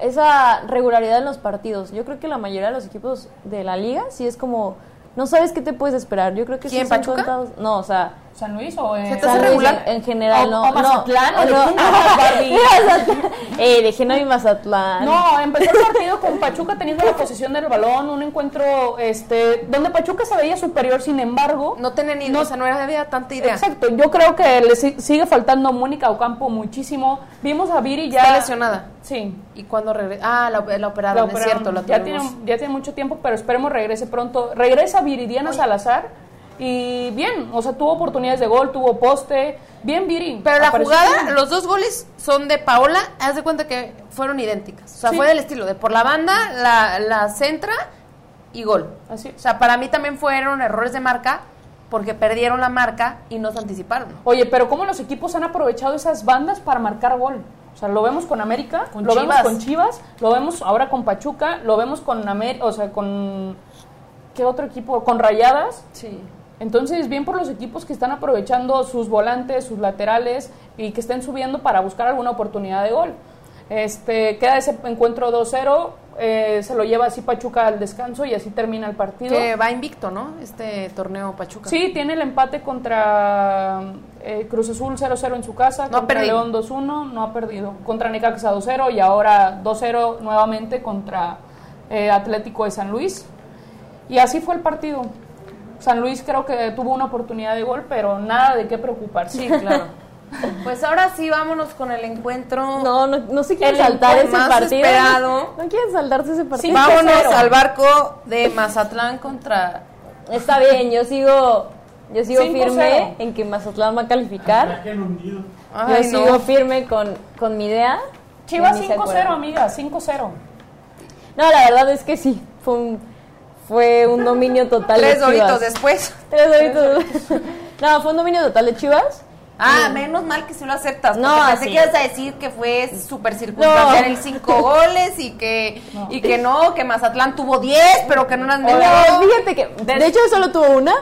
Speaker 4: esa regularidad en los partidos. Yo creo que la mayoría de los equipos de la liga sí es como no sabes qué te puedes esperar. Yo creo que
Speaker 2: ¿Quién,
Speaker 4: sí son
Speaker 2: Pachuca?
Speaker 4: contados. No, o sea,
Speaker 3: San Luis o eh,
Speaker 2: Se te
Speaker 4: San
Speaker 2: hace
Speaker 4: Luis
Speaker 2: regular?
Speaker 4: en, en general
Speaker 3: O-
Speaker 4: no.
Speaker 3: o Mazatlán,
Speaker 4: no,
Speaker 3: o de
Speaker 4: no. [laughs]
Speaker 3: Pumas, Barbie.
Speaker 4: Mazatlán. Eh, dejé no mi Mazatlán.
Speaker 3: No, empezó el partido con Pachuca teniendo la posesión del balón, un encuentro este donde Pachuca se veía superior, sin embargo.
Speaker 2: No tenía ni
Speaker 3: No-
Speaker 2: o sea, no era- había tanta idea.
Speaker 3: Exacto, yo creo que le si- sigue faltando a Mónica Ocampo muchísimo. Vimos a Viri ya
Speaker 2: Está lesionada.
Speaker 3: Sí.
Speaker 2: ¿Y cuando regresa? Ah, la, la operaron,
Speaker 3: la
Speaker 2: es
Speaker 3: operaron.
Speaker 2: cierto, la
Speaker 3: ya tiene,
Speaker 2: tuvimos.
Speaker 3: ya tiene mucho tiempo, pero esperemos regrese pronto. Regresa Viridiana Salazar y bien, o sea, tuvo oportunidades de gol, tuvo poste, bien Viri.
Speaker 2: Pero la
Speaker 3: apareció
Speaker 2: jugada,
Speaker 3: bien.
Speaker 2: los dos goles son de Paola, haz de cuenta que fueron idénticas. O sea,
Speaker 3: Sí.
Speaker 2: fue del estilo de por la banda, la, la centra y gol.
Speaker 3: Así
Speaker 2: O
Speaker 3: es.
Speaker 2: sea, para mí también fueron errores de marca porque perdieron la marca y no se anticiparon.
Speaker 3: Oye, pero cómo los equipos han aprovechado esas bandas para marcar gol. O sea, lo vemos con América,
Speaker 2: Con
Speaker 3: lo vemos
Speaker 2: Chivas.
Speaker 3: con Chivas, lo vemos ahora con Pachuca, lo vemos con América, o sea, con ¿qué otro equipo? Con Rayadas.
Speaker 2: Sí.
Speaker 3: Entonces, bien por los equipos que están aprovechando sus volantes, sus laterales y que estén subiendo para buscar alguna oportunidad de gol. Este, queda ese encuentro 2-0, eh, se lo lleva así Pachuca al descanso y así termina el partido.
Speaker 2: Que va invicto, ¿no? Este torneo Pachuca.
Speaker 3: Sí, tiene el empate contra eh, Cruz Azul 0-0 en su casa,
Speaker 2: No ha
Speaker 3: contra
Speaker 2: perdido.
Speaker 3: León 2-1, no ha perdido, contra Necaxa 2-0 y ahora 2-0 nuevamente contra eh, Atlético de San Luis. Y así fue el partido. San Luis creo que tuvo una oportunidad de gol, pero nada de qué preocuparse.
Speaker 2: Sí, claro. pues ahora sí, vámonos con el encuentro.
Speaker 4: No, no, no se quieren
Speaker 2: El
Speaker 4: saltar ese
Speaker 2: equipo más
Speaker 4: partido.
Speaker 2: esperado.
Speaker 4: No quieren saltarse ese partido.
Speaker 2: vámonos
Speaker 3: cero.
Speaker 2: al barco de Mazatlán contra...
Speaker 4: Está bien, yo sigo, yo sigo
Speaker 3: 5-0.
Speaker 4: firme en que Mazatlán va a calificar.
Speaker 2: Ay,
Speaker 4: yo
Speaker 2: no.
Speaker 4: sigo firme con, con mi idea.
Speaker 3: [laughs] Chivas
Speaker 4: Ya ni se
Speaker 3: 5-0,
Speaker 4: acuerdan.
Speaker 3: amiga, 5-0.
Speaker 4: No, la verdad es que sí. Fue un, fue un dominio total
Speaker 2: Tres
Speaker 4: de Chivas.
Speaker 2: doritos después.
Speaker 4: Tres doritos. [laughs] no, fue un dominio total de Chivas.
Speaker 2: Ah, menos mal que sí lo aceptas.
Speaker 4: No,
Speaker 2: No, pensé
Speaker 4: sí.
Speaker 2: que ibas a decir que fue súper circunstancial
Speaker 4: No.
Speaker 2: el cinco goles y que, y que no, que Mazatlán tuvo 10, pero que no las metió.
Speaker 4: No, fíjate que. De hecho, solo tuvo una.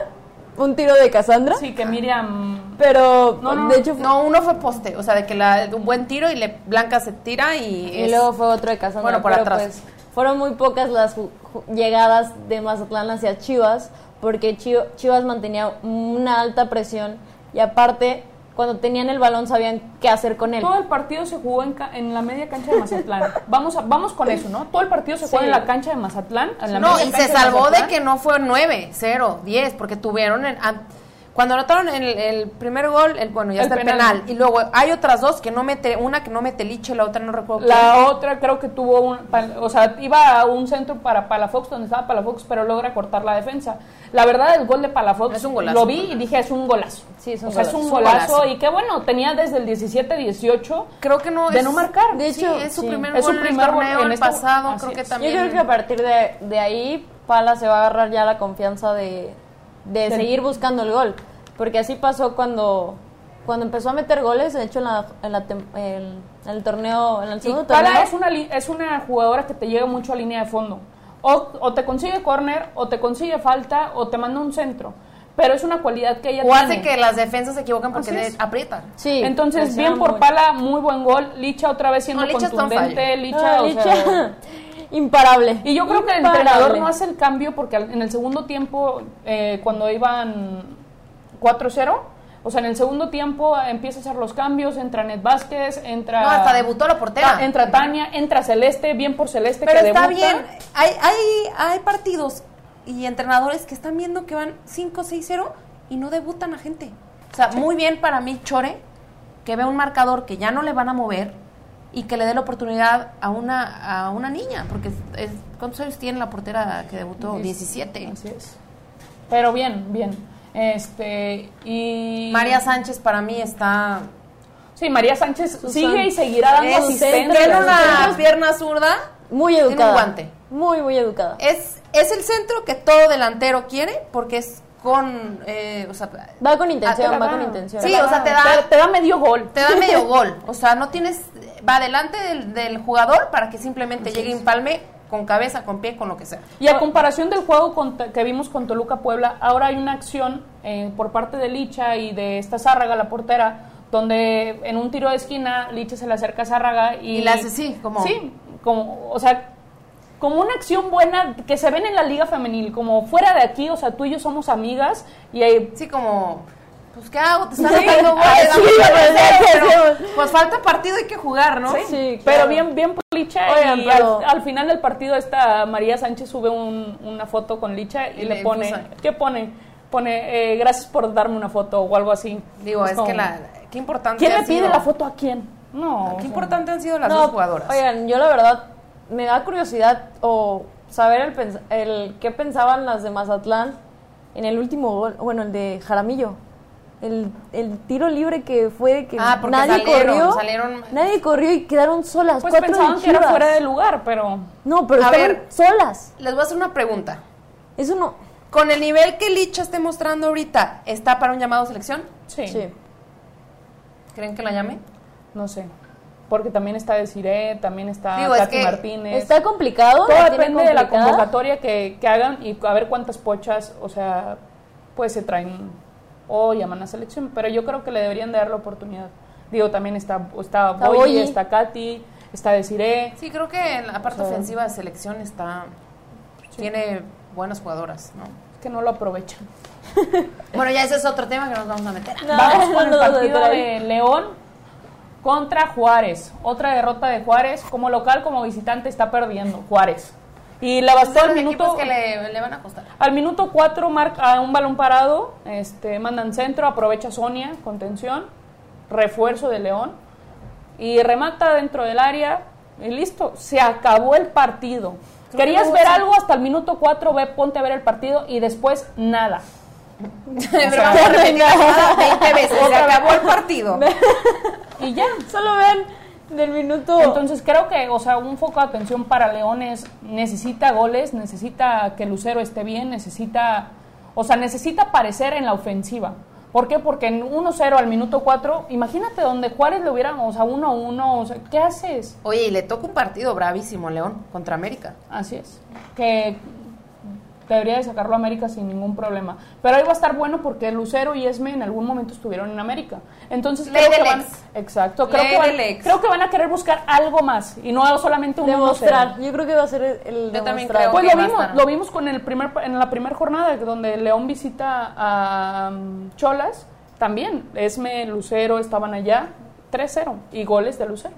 Speaker 4: Un tiro de Cassandra.
Speaker 3: Sí, que Miriam...
Speaker 4: Pero,
Speaker 3: No, no,
Speaker 4: de hecho,
Speaker 2: No, uno fue poste, o sea, de que la, un buen tiro y le Blanca se tira y,
Speaker 4: Y
Speaker 2: es-
Speaker 4: luego fue otro de Cassandra.
Speaker 2: Bueno, por
Speaker 4: pero
Speaker 2: atrás.
Speaker 4: pues, fueron muy pocas las ju- ju- llegadas de Mazatlán hacia Chivas, porque Chi- Chivas mantenía una alta presión y aparte, cuando tenían el balón sabían qué hacer con él.
Speaker 3: Todo el partido se jugó en, ca- en la media cancha de
Speaker 2: [laughs]
Speaker 3: Mazatlán. Vamos, a- vamos con eso, ¿no? Todo el partido se jugó
Speaker 4: Sí.
Speaker 3: en la cancha de Mazatlán. en la
Speaker 2: No,
Speaker 3: media
Speaker 2: y
Speaker 3: cancha
Speaker 2: se salvó de
Speaker 3: Mazatlán.
Speaker 2: que no fue 9, 0, 10, porque tuvieron. en- an- cuando anotaron el, el primer gol, el, bueno, ya
Speaker 3: El
Speaker 2: está el
Speaker 3: penal.
Speaker 2: penal. Y luego hay otras dos que no mete, una que no mete Liche, la otra no recuerdo. quién.
Speaker 3: La otra creo que tuvo un. pal- O sea, iba a un centro para Palafox, donde estaba Palafox, pero logra cortar la defensa. La verdad, el gol de Palafox
Speaker 2: Es un golazo.
Speaker 3: lo vi y dije, es un golazo.
Speaker 4: Sí, es un
Speaker 3: o sea,
Speaker 4: golazo.
Speaker 3: es un
Speaker 2: Es un golazo.
Speaker 3: golazo. Y qué bueno, tenía desde el 17-18.
Speaker 2: Creo que no
Speaker 3: de
Speaker 2: es-
Speaker 3: no marcar.
Speaker 4: De
Speaker 2: sí,
Speaker 4: hecho,
Speaker 2: es su
Speaker 4: sí.
Speaker 2: primer
Speaker 3: Es su
Speaker 2: gol en el
Speaker 3: primer gol
Speaker 2: torneo,
Speaker 3: en
Speaker 2: el
Speaker 3: este-
Speaker 2: pasado,
Speaker 3: así
Speaker 2: creo que
Speaker 3: es. Yo
Speaker 2: también.
Speaker 4: Yo creo que a partir de, de ahí, Pala se va a agarrar ya la confianza de, de
Speaker 3: Del-
Speaker 4: seguir buscando el gol. Porque así pasó cuando, cuando empezó a meter goles. De hecho, en, la- en la tem- en- en el torneo, en el
Speaker 3: Y
Speaker 4: segundo torneo.
Speaker 3: Pala es una, li- es una jugadora que te llega mucho a línea de fondo. O, o te consigue corner, o te consigue falta, o te manda un centro. Pero es una cualidad que ella
Speaker 2: O
Speaker 3: tiene.
Speaker 2: hace que las defensas se equivocan porque
Speaker 3: Así
Speaker 2: le
Speaker 3: es.
Speaker 2: aprietan.
Speaker 4: Sí,
Speaker 3: Entonces,
Speaker 4: presiona
Speaker 3: bien por
Speaker 4: mucho.
Speaker 3: Pala, muy buen gol. Licha otra vez siendo
Speaker 2: No, Licha está on
Speaker 3: contundente.
Speaker 2: fire.
Speaker 3: Licha,
Speaker 4: Ah,
Speaker 3: o
Speaker 4: Licha.
Speaker 3: sea,
Speaker 4: [laughs] imparable.
Speaker 3: Y yo creo
Speaker 4: [laughs]
Speaker 3: que el
Speaker 4: Imparable.
Speaker 3: entrenador no hace el cambio porque al- en el segundo tiempo, eh, cuando iban 4-0, o sea, en el segundo tiempo eh, empieza a hacer los cambios, entra Ned Vázquez, entra...
Speaker 2: No, hasta debutó la portera.
Speaker 3: Ta- Ah, Entra Tania, entra Celeste, bien por Celeste
Speaker 2: Pero
Speaker 3: que
Speaker 2: está
Speaker 3: debuta.
Speaker 2: bien. Hay, hay, hay partidos y entrenadores que están viendo que van 5-6-0 y no debutan a gente. O sea, muy bien para mí Chore, que ve un marcador que ya no le van a mover y que le dé la oportunidad a una, a una niña. Porque es, es- ¿cuántos años tiene la portera que debutó? 17.
Speaker 3: Así es. Pero bien, bien. Este, y...
Speaker 2: María Sánchez para mí está...
Speaker 3: Sí, María Sánchez
Speaker 4: Susan.
Speaker 3: sigue y seguirá dando
Speaker 2: Es-
Speaker 3: asistencia.
Speaker 2: tiene una pierna zurda
Speaker 4: Muy
Speaker 2: Tiene un
Speaker 4: educada.
Speaker 2: guante.
Speaker 4: Muy, muy educada.
Speaker 2: Es, es el centro que todo delantero quiere porque es con. eh, o sea,
Speaker 4: Va con intención,
Speaker 2: Ah,
Speaker 4: va
Speaker 2: claro.
Speaker 4: con intención.
Speaker 2: Sí, o sea, te
Speaker 3: Te,
Speaker 2: da,
Speaker 3: te da medio gol.
Speaker 2: te da
Speaker 3: [laughs]
Speaker 2: medio gol. O sea, no tienes. Va delante del, del jugador para que simplemente llegue empalme con cabeza, con pie, con lo que sea.
Speaker 3: Y a comparación del juego con- que vimos con Toluca Puebla, ahora hay una acción eh, por parte de Licha y de esta Zárraga, la portera, donde en un tiro de esquina Licha se le acerca a Zárraga y,
Speaker 2: Y la hace así, como-
Speaker 3: Sí, como, o sea, como una acción buena que se ven en la liga femenil, como fuera de aquí, o sea, tú y yo somos amigas y ahí...
Speaker 2: Sí, como, pues, ¿qué hago? Te están
Speaker 3: [laughs]
Speaker 2: metiendo goles. vamos a perder, pero, pues falta partido, hay que jugar, ¿no?
Speaker 3: Sí,
Speaker 4: Sí,
Speaker 3: pero
Speaker 4: claro.
Speaker 3: bien, bien por Licha
Speaker 4: Oigan,
Speaker 3: y
Speaker 4: pero-
Speaker 3: al, al final del partido esta María Sánchez sube un- una foto con Licha y,
Speaker 2: Y
Speaker 3: le
Speaker 2: le
Speaker 3: pone,
Speaker 2: puso.
Speaker 3: ¿qué pone? Pone, eh, gracias por darme una foto o algo así.
Speaker 2: Digo, es,
Speaker 3: como,
Speaker 2: que la, qué importante
Speaker 3: ¿Quién
Speaker 2: ha
Speaker 3: le pide
Speaker 2: sido- Ah,
Speaker 3: la foto a quién? No. o
Speaker 2: Qué
Speaker 3: sea,
Speaker 2: importante han sido las
Speaker 4: No,
Speaker 2: dos jugadoras.
Speaker 4: Oigan, yo la verdad me da curiosidad o saber el, pens- el qué pensaban las de Mazatlán en el último gol, bueno, el de Jaramillo. El, el tiro libre que fue de que
Speaker 2: Ah, porque
Speaker 4: nadie
Speaker 2: salieron,
Speaker 4: corrió.
Speaker 2: salieron-
Speaker 4: nadie corrió y quedaron solas.
Speaker 3: Pues
Speaker 4: cuatro
Speaker 3: pensaban que era
Speaker 4: lechuzas.
Speaker 3: fuera de lugar, pero...
Speaker 4: No, pero
Speaker 2: A
Speaker 4: estaban
Speaker 2: ver.
Speaker 4: solas.
Speaker 2: Les voy a hacer una pregunta.
Speaker 4: Eso no.
Speaker 2: Con el nivel que Licha esté mostrando ahorita, ¿está para un llamado a selección?
Speaker 3: Sí.
Speaker 4: Sí.
Speaker 2: ¿Creen que la llame?
Speaker 3: No sé. Porque también está Desiree, también está
Speaker 2: Digo, es
Speaker 3: Katy
Speaker 2: que
Speaker 3: Martínez.
Speaker 4: Está complicado.
Speaker 3: Todo
Speaker 4: la tiene
Speaker 3: depende de la
Speaker 4: complicada.
Speaker 3: convocatoria que, que hagan y a ver cuántas pochas, o sea, pues se traen o llaman a selección. Pero yo creo que le deberían de dar la oportunidad. Digo, también está, está
Speaker 4: Está
Speaker 3: Boyi,
Speaker 4: Boyi.
Speaker 3: está Katy, está Desiree.
Speaker 2: Sí, creo que la parte
Speaker 3: O sea,
Speaker 2: ofensiva de selección está. Tiene buenas jugadoras, ¿no?
Speaker 3: Es que no lo aprovechan.
Speaker 2: Bueno, ya ese es otro tema que nos vamos a meter.
Speaker 4: No,
Speaker 3: Vamos
Speaker 4: [laughs]
Speaker 3: con el
Speaker 4: no, no,
Speaker 3: partido
Speaker 4: no.
Speaker 3: de León contra Juárez. Otra derrota de Juárez. Como local, como visitante, está perdiendo Juárez. Y le bastó
Speaker 2: Son
Speaker 3: el
Speaker 2: los equipos
Speaker 3: minuto...
Speaker 2: que le, le van a
Speaker 4: [laughs]
Speaker 2: costar.
Speaker 3: Al minuto 4 marca un balón parado, este, mandan centro, aprovecha Sonia, contención, refuerzo de León y remata dentro del área y listo, se acabó el partido.
Speaker 2: Creo que
Speaker 3: Querías
Speaker 2: no
Speaker 3: ver
Speaker 2: hubo-
Speaker 3: algo hasta el minuto 4, ve, ponte a ver el partido y después nada.
Speaker 2: [laughs] Pero vamos a repetir la jugada 20 veces. Se
Speaker 3: Otra vez.
Speaker 2: acabó el partido. [laughs]
Speaker 3: Y ya.
Speaker 4: Solo ven del minuto.
Speaker 3: Entonces creo que, o sea, un foco de atención para León es necesita goles, necesita que Lucero esté bien, necesita, o sea, necesita aparecer en la ofensiva. ¿Por qué? Porque en 1-0 al minuto 4, imagínate donde Juárez le hubieran, o sea, 1-1, o sea, ¿qué haces?
Speaker 2: Oye, y le toca un partido bravísimo, León, contra América.
Speaker 3: Así es. Que debería de sacarlo a América sin ningún problema. Pero ahí va a estar bueno porque Lucero y Esme en algún momento estuvieron en América. Entonces
Speaker 2: Ley
Speaker 3: creo que
Speaker 2: del
Speaker 3: van,
Speaker 2: ex.
Speaker 3: exacto, creo
Speaker 2: Ley
Speaker 3: que, van,
Speaker 2: del ex.
Speaker 3: creo que van a querer buscar algo más y no solamente un 1-0.
Speaker 4: Demostrar. Yo creo que va a ser el el
Speaker 2: Yo también
Speaker 4: demostrar.
Speaker 2: creo.
Speaker 3: Pues
Speaker 2: Ok,
Speaker 3: lo vimos,
Speaker 2: basta, ¿no?
Speaker 3: lo vimos con el primer, en la primera jornada donde León visita a um, Cholas, también Esme, Lucero estaban allá, 3-0 y goles de Lucero.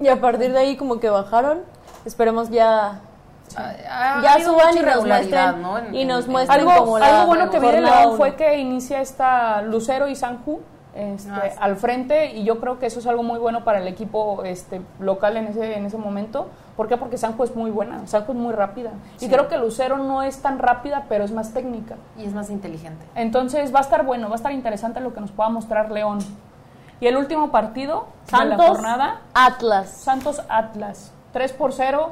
Speaker 4: Y a partir de ahí como que bajaron. Esperemos ya
Speaker 2: Ah, Ha- ha
Speaker 4: ya
Speaker 2: habido mucha
Speaker 4: suban y nos
Speaker 2: irregularidad,
Speaker 4: muestren,
Speaker 2: ¿no? En-
Speaker 4: y
Speaker 2: en-
Speaker 4: nos
Speaker 2: en-
Speaker 4: muestren
Speaker 3: Algo,
Speaker 4: como la
Speaker 3: algo bueno que vi de
Speaker 4: jornada
Speaker 3: León
Speaker 4: uno.
Speaker 3: fue que inicia esta Lucero y Sanju este,
Speaker 2: Ah, sí.
Speaker 3: al frente y yo creo que eso es algo muy bueno para el equipo este, local en ese, en ese momento. ¿Por qué? Porque Sanju es muy buena, Sanju es muy rápida. Y creo que Lucero no es tan rápida, pero es más técnica.
Speaker 2: Y es más inteligente.
Speaker 3: Entonces va a estar bueno, va a estar interesante lo que nos pueda mostrar León. Y el último partido de la
Speaker 4: Santos
Speaker 3: jornada,
Speaker 4: Atlas.
Speaker 3: Santos Atlas, 3 por 0.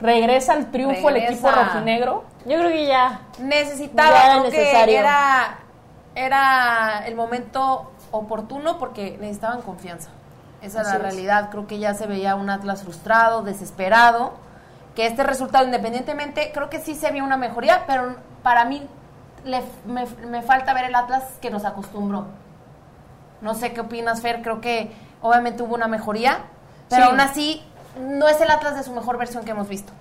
Speaker 3: Regresa al triunfo el equipo
Speaker 2: Regresa.
Speaker 3: rojinegro.
Speaker 4: Yo creo que ya
Speaker 2: necesitaba
Speaker 4: Ya era
Speaker 2: creo que
Speaker 4: necesario.
Speaker 2: era era el momento oportuno porque necesitaban confianza esa es
Speaker 3: Así
Speaker 2: la
Speaker 3: es.
Speaker 2: realidad creo que ya se veía un Atlas frustrado desesperado que este resultado independientemente creo que sí se vio una mejoría pero para mí le- me, me falta ver el Atlas que nos acostumbró no sé qué opinas Fer creo que obviamente hubo una mejoría pero
Speaker 3: Sí.
Speaker 2: aún así no es el Atlas de su mejor versión que hemos visto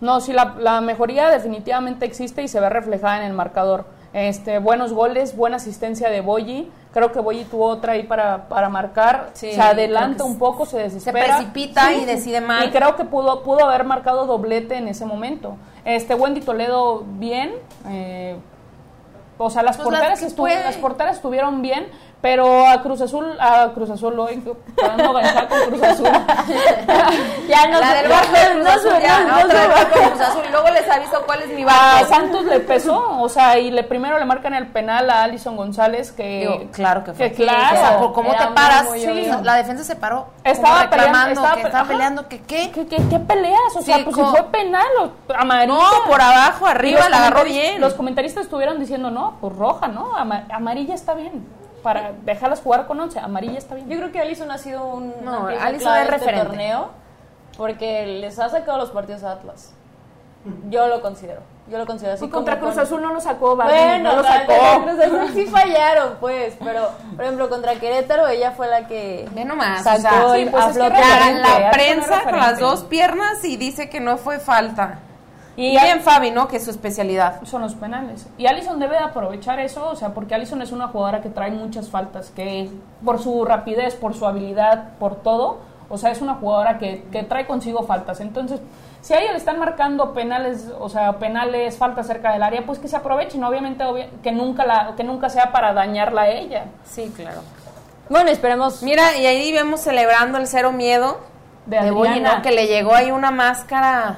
Speaker 3: No, sí, la, la mejoría definitivamente existe y se ve reflejada en el marcador. Este, buenos goles, buena asistencia de Boyi. Creo que Boyi tuvo otra ahí para, para marcar.
Speaker 2: Sí,
Speaker 3: se adelanta
Speaker 2: creo que
Speaker 3: un poco, se desespera.
Speaker 2: precipita y decide mal.
Speaker 3: Y creo que pudo, pudo haber marcado doblete en ese momento. Este, Wendy Toledo, bien. eh, o sea, las,
Speaker 2: Pues las
Speaker 3: porteras
Speaker 2: que
Speaker 3: estu-
Speaker 2: puede.
Speaker 3: las porteras estuvieron bien, pero a Cruz Azul, a Cruz Azul hoy, [laughs] dando ganchar con
Speaker 2: [laughs]
Speaker 3: Cruz Azul.
Speaker 4: ya no
Speaker 2: la
Speaker 4: se-
Speaker 2: del barco de Cruz
Speaker 4: no
Speaker 2: Azul,
Speaker 4: se-
Speaker 2: ya,
Speaker 4: no-
Speaker 2: la
Speaker 4: no
Speaker 2: otra
Speaker 4: se
Speaker 2: del
Speaker 4: va.
Speaker 2: barco de Cruz Azul. Luego les aviso cuál es mi
Speaker 3: a
Speaker 2: barco.
Speaker 3: Santos le pesó, o sea, y le primero le marcan el penal a Alison González que
Speaker 2: Digo, claro que fue.
Speaker 3: que claro,
Speaker 2: O sea, por cómo
Speaker 4: Era
Speaker 2: te
Speaker 4: muy,
Speaker 2: paras,
Speaker 4: muy
Speaker 2: sí,
Speaker 4: obvio.
Speaker 2: la defensa se paró. como
Speaker 3: Estaba peleando,
Speaker 2: reclamando,
Speaker 3: estaba
Speaker 2: que
Speaker 3: pe-
Speaker 2: estaba
Speaker 3: ajá.
Speaker 2: peleando, que qué.
Speaker 3: ¿Qué, qué- qué peleas? O sea,
Speaker 2: Sí,
Speaker 3: pues
Speaker 2: como-
Speaker 3: si fue penal o amarillo.
Speaker 2: No, por abajo,
Speaker 3: Y
Speaker 2: arriba,
Speaker 3: los
Speaker 2: la agarró
Speaker 3: comentaris-
Speaker 2: bien.
Speaker 3: Los comentaristas estuvieron diciendo, "No, pues roja, ¿no? Ama- amarilla está bien." Para dejarlas jugar con once, amarilla está bien.
Speaker 4: Yo creo que Alison ha sido un
Speaker 2: No,
Speaker 4: una pieza
Speaker 2: Alisson
Speaker 4: clave
Speaker 2: es
Speaker 4: de este
Speaker 2: referente.
Speaker 4: torneo porque les ha sacado los partidos a Atlas. Yo lo considero. Yo lo considero así.
Speaker 3: Y contra
Speaker 4: como
Speaker 3: Cruz
Speaker 4: con-
Speaker 3: Azul no lo sacó, Barney,
Speaker 4: Bueno,
Speaker 3: no lo
Speaker 4: la-
Speaker 3: sacó.
Speaker 4: Cruz Azul sí fallaron, pues, pero por ejemplo contra Querétaro ella fue la que
Speaker 2: Ve nomás,
Speaker 4: sacó
Speaker 2: o sea,
Speaker 4: el-
Speaker 3: sí, pues,
Speaker 4: a
Speaker 3: es que
Speaker 4: flote
Speaker 3: referente,
Speaker 4: la-
Speaker 3: hay que poner referente.
Speaker 2: piernas y dice que no fue falta. Y, bien Fabi, ¿no? Que es su especialidad.
Speaker 3: son los penales. Y Allison debe de aprovechar eso, o sea, porque Allison es una jugadora que trae muchas faltas, que por su rapidez, por su habilidad, por todo, o sea, es una jugadora que, que trae consigo faltas. Entonces, si a ella le están marcando penales, o sea, penales, faltas cerca del área, pues que se aprovechen, obviamente obvia- que, nunca la, que nunca sea para dañarla a ella.
Speaker 2: Sí, claro.
Speaker 4: Bueno, esperemos.
Speaker 2: Mira, y ahí vemos celebrando el cero miedo
Speaker 3: De
Speaker 2: de, Boyi,
Speaker 3: Adriana.
Speaker 2: ¿no? Que le llegó ahí una máscara.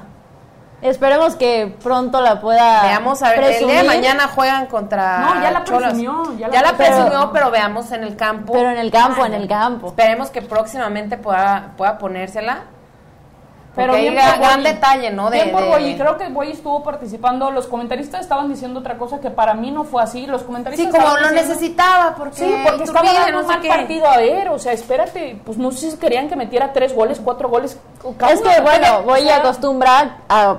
Speaker 4: Esperemos que pronto la pueda.
Speaker 2: Veamos a ver, el día de
Speaker 4: presumir,
Speaker 2: mañana juegan contra
Speaker 3: No, ya la
Speaker 2: Cholas.
Speaker 3: presumió,
Speaker 2: Ya la, presumió,
Speaker 4: pero-
Speaker 2: pero veamos en el campo.
Speaker 4: Pero en el campo, en el campo.
Speaker 2: Esperemos que próximamente pueda, pueda ponérsela. Pero
Speaker 3: Pero
Speaker 2: hay
Speaker 3: bien
Speaker 2: gra-
Speaker 3: por
Speaker 2: gran
Speaker 3: Boyi.
Speaker 2: detalle, ¿no? De,
Speaker 3: Bien por
Speaker 2: de-
Speaker 3: Boyi, creo que Boyi estuvo participando. Los comentaristas estaban diciendo otra cosa que para mí no fue así. Los comentaristas
Speaker 2: Sí, como
Speaker 3: estaban
Speaker 2: lo
Speaker 3: diciendo-
Speaker 2: necesitaba, porque,
Speaker 4: Eh,
Speaker 3: Sí, porque estaba
Speaker 2: Iturbide,
Speaker 3: dando
Speaker 2: no
Speaker 3: un
Speaker 2: sé
Speaker 3: mal
Speaker 2: qué.
Speaker 3: partido a ver, o sea, espérate, pues no sé si querían que metiera tres goles, cuatro goles. cada
Speaker 4: Es
Speaker 3: uno
Speaker 4: que
Speaker 3: le pega,
Speaker 4: bueno, voy
Speaker 3: o sea,
Speaker 4: a acostumbrar a,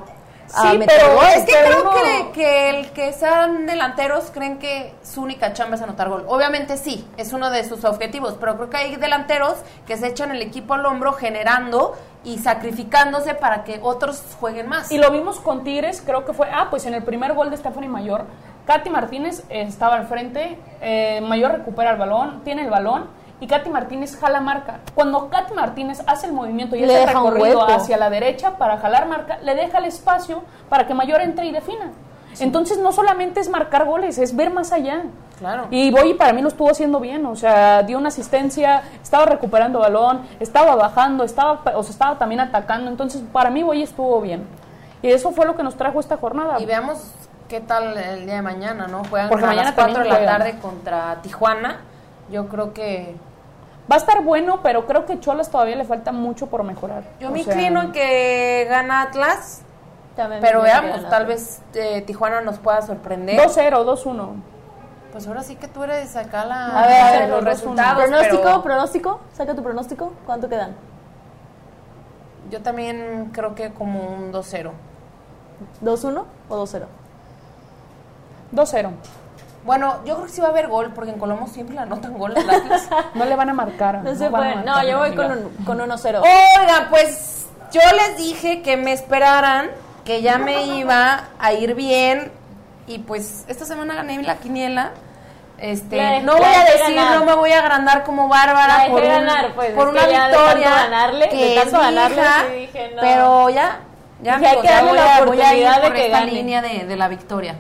Speaker 4: a
Speaker 3: Sí,
Speaker 4: meter
Speaker 3: pero
Speaker 4: gol.
Speaker 2: Es que
Speaker 3: Pero
Speaker 2: creo
Speaker 3: no.
Speaker 2: que, que el que sean delanteros creen que su única chamba es anotar gol. Obviamente sí, es uno de sus objetivos, pero creo que hay delanteros que se echan el equipo al hombro generando y sacrificándose para que otros jueguen más.
Speaker 3: Y lo vimos con Tigres, creo que fue, ah, pues en el primer gol de Stephanie Mayor, Katy Martínez eh, estaba al frente, eh, Mayor recupera el balón, tiene el balón y Katy Martínez jala marca. Cuando Katy Martínez hace el movimiento y
Speaker 4: Le
Speaker 3: hace el
Speaker 4: deja un
Speaker 3: recorrido
Speaker 4: hueco.
Speaker 3: hacia la derecha para jalar marca, le deja el espacio para que Mayor entre y defina. Entonces no solamente es marcar goles, es ver más allá.
Speaker 2: Claro.
Speaker 3: Y Boyi para mí lo estuvo haciendo bien, o sea, dio una asistencia, estaba recuperando balón, estaba bajando, estaba, o sea, estaba también atacando, entonces para mí Boyi estuvo bien. Y eso fue lo que nos trajo esta jornada.
Speaker 2: Y veamos qué tal el día de mañana, ¿no? Juegan
Speaker 3: Porque
Speaker 2: a
Speaker 3: mañana
Speaker 2: las 4 de la
Speaker 3: también juegan.
Speaker 2: tarde contra Tijuana. Yo creo que...
Speaker 3: Va a estar bueno, pero creo que Cholas todavía le falta mucho por mejorar.
Speaker 2: Yo
Speaker 3: O
Speaker 2: me
Speaker 3: sea,
Speaker 2: inclino en que gana Atlas,
Speaker 4: También
Speaker 2: pero
Speaker 4: me
Speaker 2: veamos,
Speaker 4: ganan.
Speaker 2: tal vez eh, Tijuana nos pueda sorprender.
Speaker 3: 2-0, 2-1.
Speaker 2: Pues ahora sí que tú eres acá la...
Speaker 4: A ver, a ver,
Speaker 2: los resultados.
Speaker 4: Pronóstico,
Speaker 2: pero
Speaker 4: pronóstico. Saca tu pronóstico. ¿Cuánto quedan?
Speaker 2: Yo también creo que como un 2-0.
Speaker 4: ¿2-1 o 2-0?
Speaker 3: 2-0.
Speaker 2: Bueno, yo creo que sí va a haber gol, porque en Colombo siempre la anotan gol al Atlas.
Speaker 3: No le van a marcar.
Speaker 4: No se
Speaker 3: van a
Speaker 4: puede. No,
Speaker 3: marcar,
Speaker 4: yo voy
Speaker 3: amiga.
Speaker 4: con, un, con 1-0.
Speaker 2: Oiga, pues yo les dije que me esperaran, que ya me iba a ir bien. Y pues esta semana gané la quiniela. Este,
Speaker 4: La dejé-
Speaker 2: no voy
Speaker 4: la
Speaker 2: a
Speaker 4: dejé
Speaker 2: decir,
Speaker 4: ganar.
Speaker 2: no me voy a agrandar como Bárbara
Speaker 4: La dejé
Speaker 2: por, un-
Speaker 4: ganar, pues,
Speaker 2: por
Speaker 4: es
Speaker 2: una
Speaker 4: que ya de tanto
Speaker 2: victoria.
Speaker 4: ganarle,
Speaker 2: que
Speaker 4: de
Speaker 2: es
Speaker 4: tanto
Speaker 2: mi
Speaker 4: ganarle,
Speaker 2: hija,
Speaker 4: sí dije, no.
Speaker 2: Pero ya, ya
Speaker 4: Dije, hay
Speaker 2: amigos,
Speaker 4: que
Speaker 2: ya
Speaker 4: darle
Speaker 2: voy
Speaker 4: la
Speaker 2: a- voy a ir
Speaker 4: oportunidad de
Speaker 2: por
Speaker 4: que
Speaker 2: esta
Speaker 4: gane.
Speaker 2: línea de, de la victoria,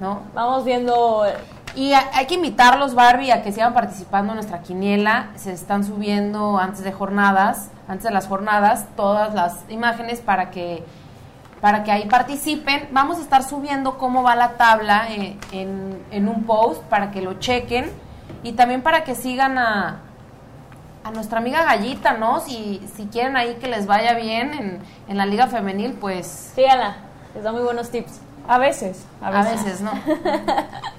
Speaker 2: ¿no?
Speaker 4: Vamos viendo. eh,
Speaker 2: Y a- hay que invitarlos, Barbie, a que sigan participando en nuestra quiniela. Se están subiendo antes de jornadas, antes de las jornadas, todas las imágenes para que para que ahí participen. Vamos a estar subiendo cómo va la tabla eh, en, en un post para que lo chequen y también para que sigan a, a nuestra amiga Gallita, ¿no? Si, si quieren ahí que les vaya bien en, en la liga femenil, pues
Speaker 4: Síganla. Les da muy buenos tips.
Speaker 3: A veces, a
Speaker 2: a
Speaker 3: veces.
Speaker 2: veces, [laughs] ¿no?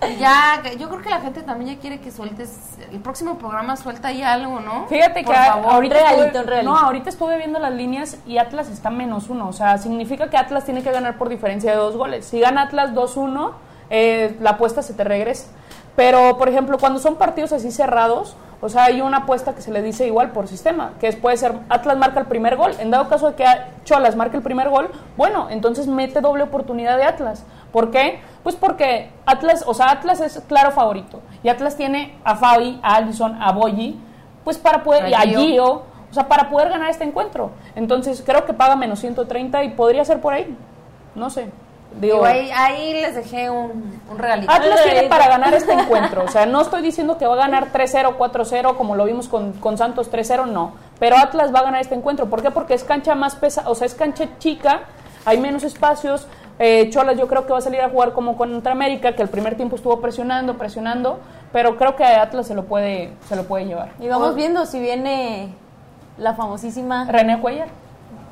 Speaker 2: Y ya, que- yo creo que la gente también ya quiere que sueltes, el próximo programa suelta ahí algo, ¿no?
Speaker 3: Fíjate
Speaker 2: Por
Speaker 3: que a-
Speaker 2: favor.
Speaker 4: ahorita- Un
Speaker 3: estuve-
Speaker 4: regalito, un regalito.
Speaker 3: No, ahorita estuve viendo las líneas y Atlas está menos uno. O sea, significa que Atlas tiene que ganar por diferencia de dos goles. Si gana Atlas 2-1, eh, la apuesta se te regresa. Pero, por ejemplo, cuando son partidos así cerrados, o sea, hay una apuesta que se le dice igual por sistema, que es- puede ser Atlas marca el primer gol. En dado caso de que a- Cholas marque el primer gol, bueno, entonces mete doble oportunidad de Atlas. ¿Por qué? Pues porque Atlas, o sea, Atlas es claro favorito. Y Atlas tiene a Fabi, a Allison, a Boyi, pues para poder, y a
Speaker 2: A Gio.
Speaker 3: Gio, o sea, para poder ganar este encuentro. Entonces, creo que paga menos 130 y podría ser por ahí. No sé. Digo,
Speaker 2: Digo, Ah, ahí, ahí les dejé un, un regalito.
Speaker 3: Atlas tiene
Speaker 4: Alrededor.
Speaker 3: para ganar este encuentro. O sea, no estoy diciendo que va a ganar 3-0, 4-0, como lo vimos con, con Santos 3-0, no. Pero Atlas va a ganar este encuentro. ¿Por qué? Porque es cancha más pesada, o sea, es cancha chica, hay menos espacios. Eh, Cholas yo creo que va a salir a jugar como contra América, que el primer tiempo estuvo presionando, presionando, pero creo que Atlas se lo puede, se lo puede llevar.
Speaker 4: Y vamos viendo si viene la famosísima.
Speaker 3: René Cuellar.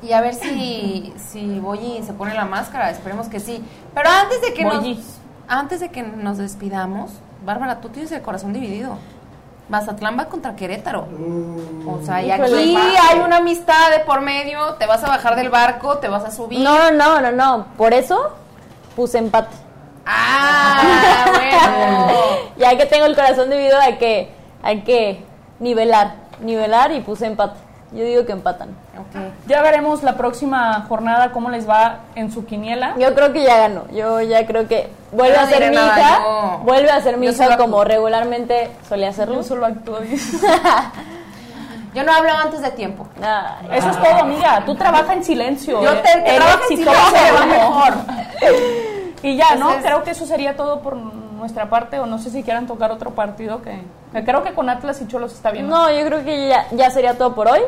Speaker 2: Y a ver si, si Boyi se pone la máscara, esperemos que sí. Pero antes de que
Speaker 3: Boyi.
Speaker 2: nos, antes de que nos despidamos, Bárbara, tú tienes el corazón dividido. Mazatlán va contra Querétaro. O sea, y
Speaker 4: Híjole,
Speaker 2: aquí
Speaker 4: madre.
Speaker 2: hay una amistad de por medio, te vas a bajar del barco, te vas a subir.
Speaker 4: No, no, no, no. Por eso puse empate.
Speaker 2: Ah, bueno.
Speaker 4: [laughs] Ya que tengo el corazón dividido, hay que, hay que nivelar. Nivelar y puse empate. Yo digo que empatan.
Speaker 2: [laughs] Ok.
Speaker 3: Ya veremos la próxima jornada cómo les va en su quiniela.
Speaker 4: Yo creo que ya ganó. Yo ya creo que vuelve
Speaker 2: Yo no
Speaker 4: a ser
Speaker 2: diré
Speaker 4: mi
Speaker 2: nada,
Speaker 4: hija.
Speaker 2: no.
Speaker 4: Vuelve a ser mi
Speaker 2: Yo
Speaker 4: hija
Speaker 2: solo-
Speaker 4: como regularmente solía hacerlo.
Speaker 3: Yo solo actúo. Eso
Speaker 2: Yo no hablo antes de tiempo.
Speaker 4: Ay,
Speaker 3: es todo, amiga. Tú trabaja en silencio.
Speaker 2: Yo te-
Speaker 3: El
Speaker 2: trabaja en
Speaker 3: exitoso
Speaker 2: silencio,
Speaker 3: le va
Speaker 2: ¿no?
Speaker 3: mejor. Y ya, ¿no?
Speaker 2: Entonces-
Speaker 3: Creo que eso sería todo por nuestra parte. O no sé si quieran tocar otro partido que, que creo que con Atlas y Cholos está bien.
Speaker 4: No, yo creo que ya, ya sería todo por hoy.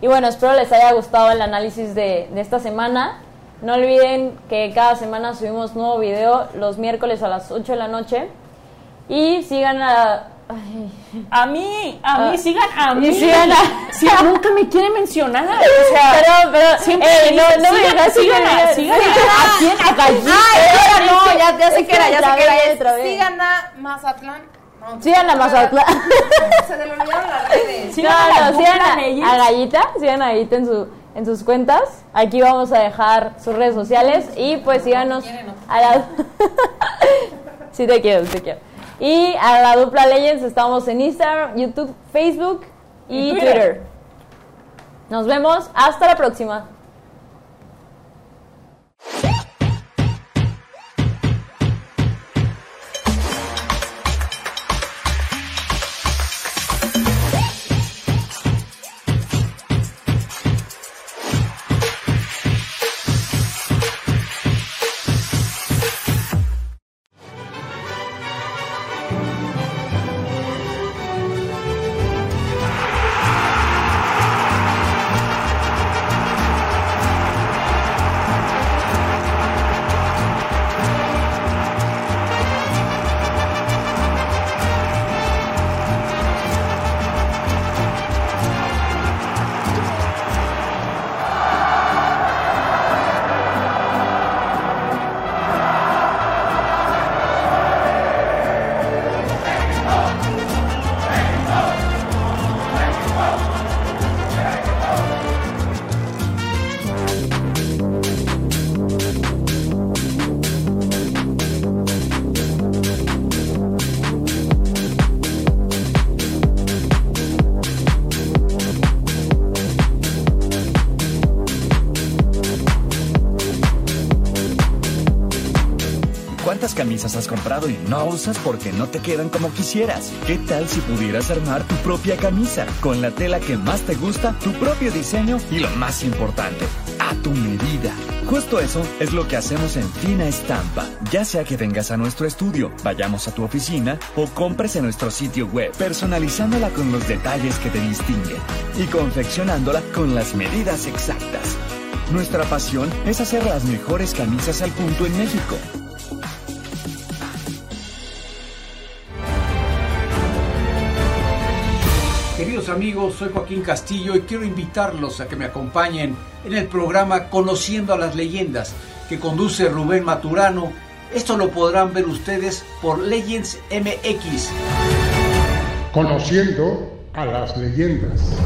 Speaker 4: Y bueno, espero les haya gustado el análisis de, de esta semana. No olviden que cada semana subimos nuevo video los miércoles a las 8 de la noche. Y sigan a... ay,
Speaker 3: A mí, a mí,
Speaker 4: Ah.
Speaker 3: sigan a mí.
Speaker 4: Y sigan a-
Speaker 3: [laughs] Sí, nunca me quiere mencionar. O sea,
Speaker 4: pero, pero,
Speaker 3: siempre
Speaker 4: eh,
Speaker 3: me
Speaker 4: no,
Speaker 3: dicen,
Speaker 4: no me
Speaker 3: sigan,
Speaker 4: dejas
Speaker 3: sigan a- sigan a-
Speaker 4: ¿A quién? ¿A Gallito?
Speaker 2: Ahora no, ya, ya se
Speaker 4: Es que ¿eh?
Speaker 2: queda, ya
Speaker 4: otra
Speaker 2: se queda.
Speaker 4: vez,
Speaker 2: ya-
Speaker 4: otra vez.
Speaker 2: Sigan a Mazatlán. No,
Speaker 4: Sigan a Mazatlán.
Speaker 2: Se le olvidaron las redes.
Speaker 3: Sigan a las
Speaker 4: sigan
Speaker 3: duplas
Speaker 4: a-
Speaker 3: de ellas.
Speaker 4: a Gallita, sigan a Gallita en, su, en sus cuentas. Aquí vamos a dejar sus redes sociales y pues síganos a las... [laughs] sí, te quiero, te quiero. Y a la dupla Legends estamos en Instagram, YouTube, Facebook y,
Speaker 3: Y Twitter.
Speaker 4: Twitter. Nos vemos, hasta la próxima.
Speaker 1: ¿Cuántas camisas has comprado y no usas porque no te quedan como quisieras? ¿Qué tal si pudieras armar tu propia camisa con la tela que más te gusta, tu propio diseño y lo más importante, a tu medida? Justo eso es lo que hacemos en Fina Estampa. Ya sea que vengas a nuestro estudio, vayamos a tu oficina o compres en nuestro sitio web, personalizándola con los detalles que te distinguen y confeccionándola con las medidas exactas. Nuestra pasión es hacer las mejores camisas al punto en México.
Speaker 5: Queridos amigos, soy Joaquín Castillo y quiero invitarlos a que me acompañen en el programa Conociendo a las Leyendas que conduce Rubén Maturano. Esto lo podrán ver ustedes por Legends MX.
Speaker 6: Conociendo a las leyendas.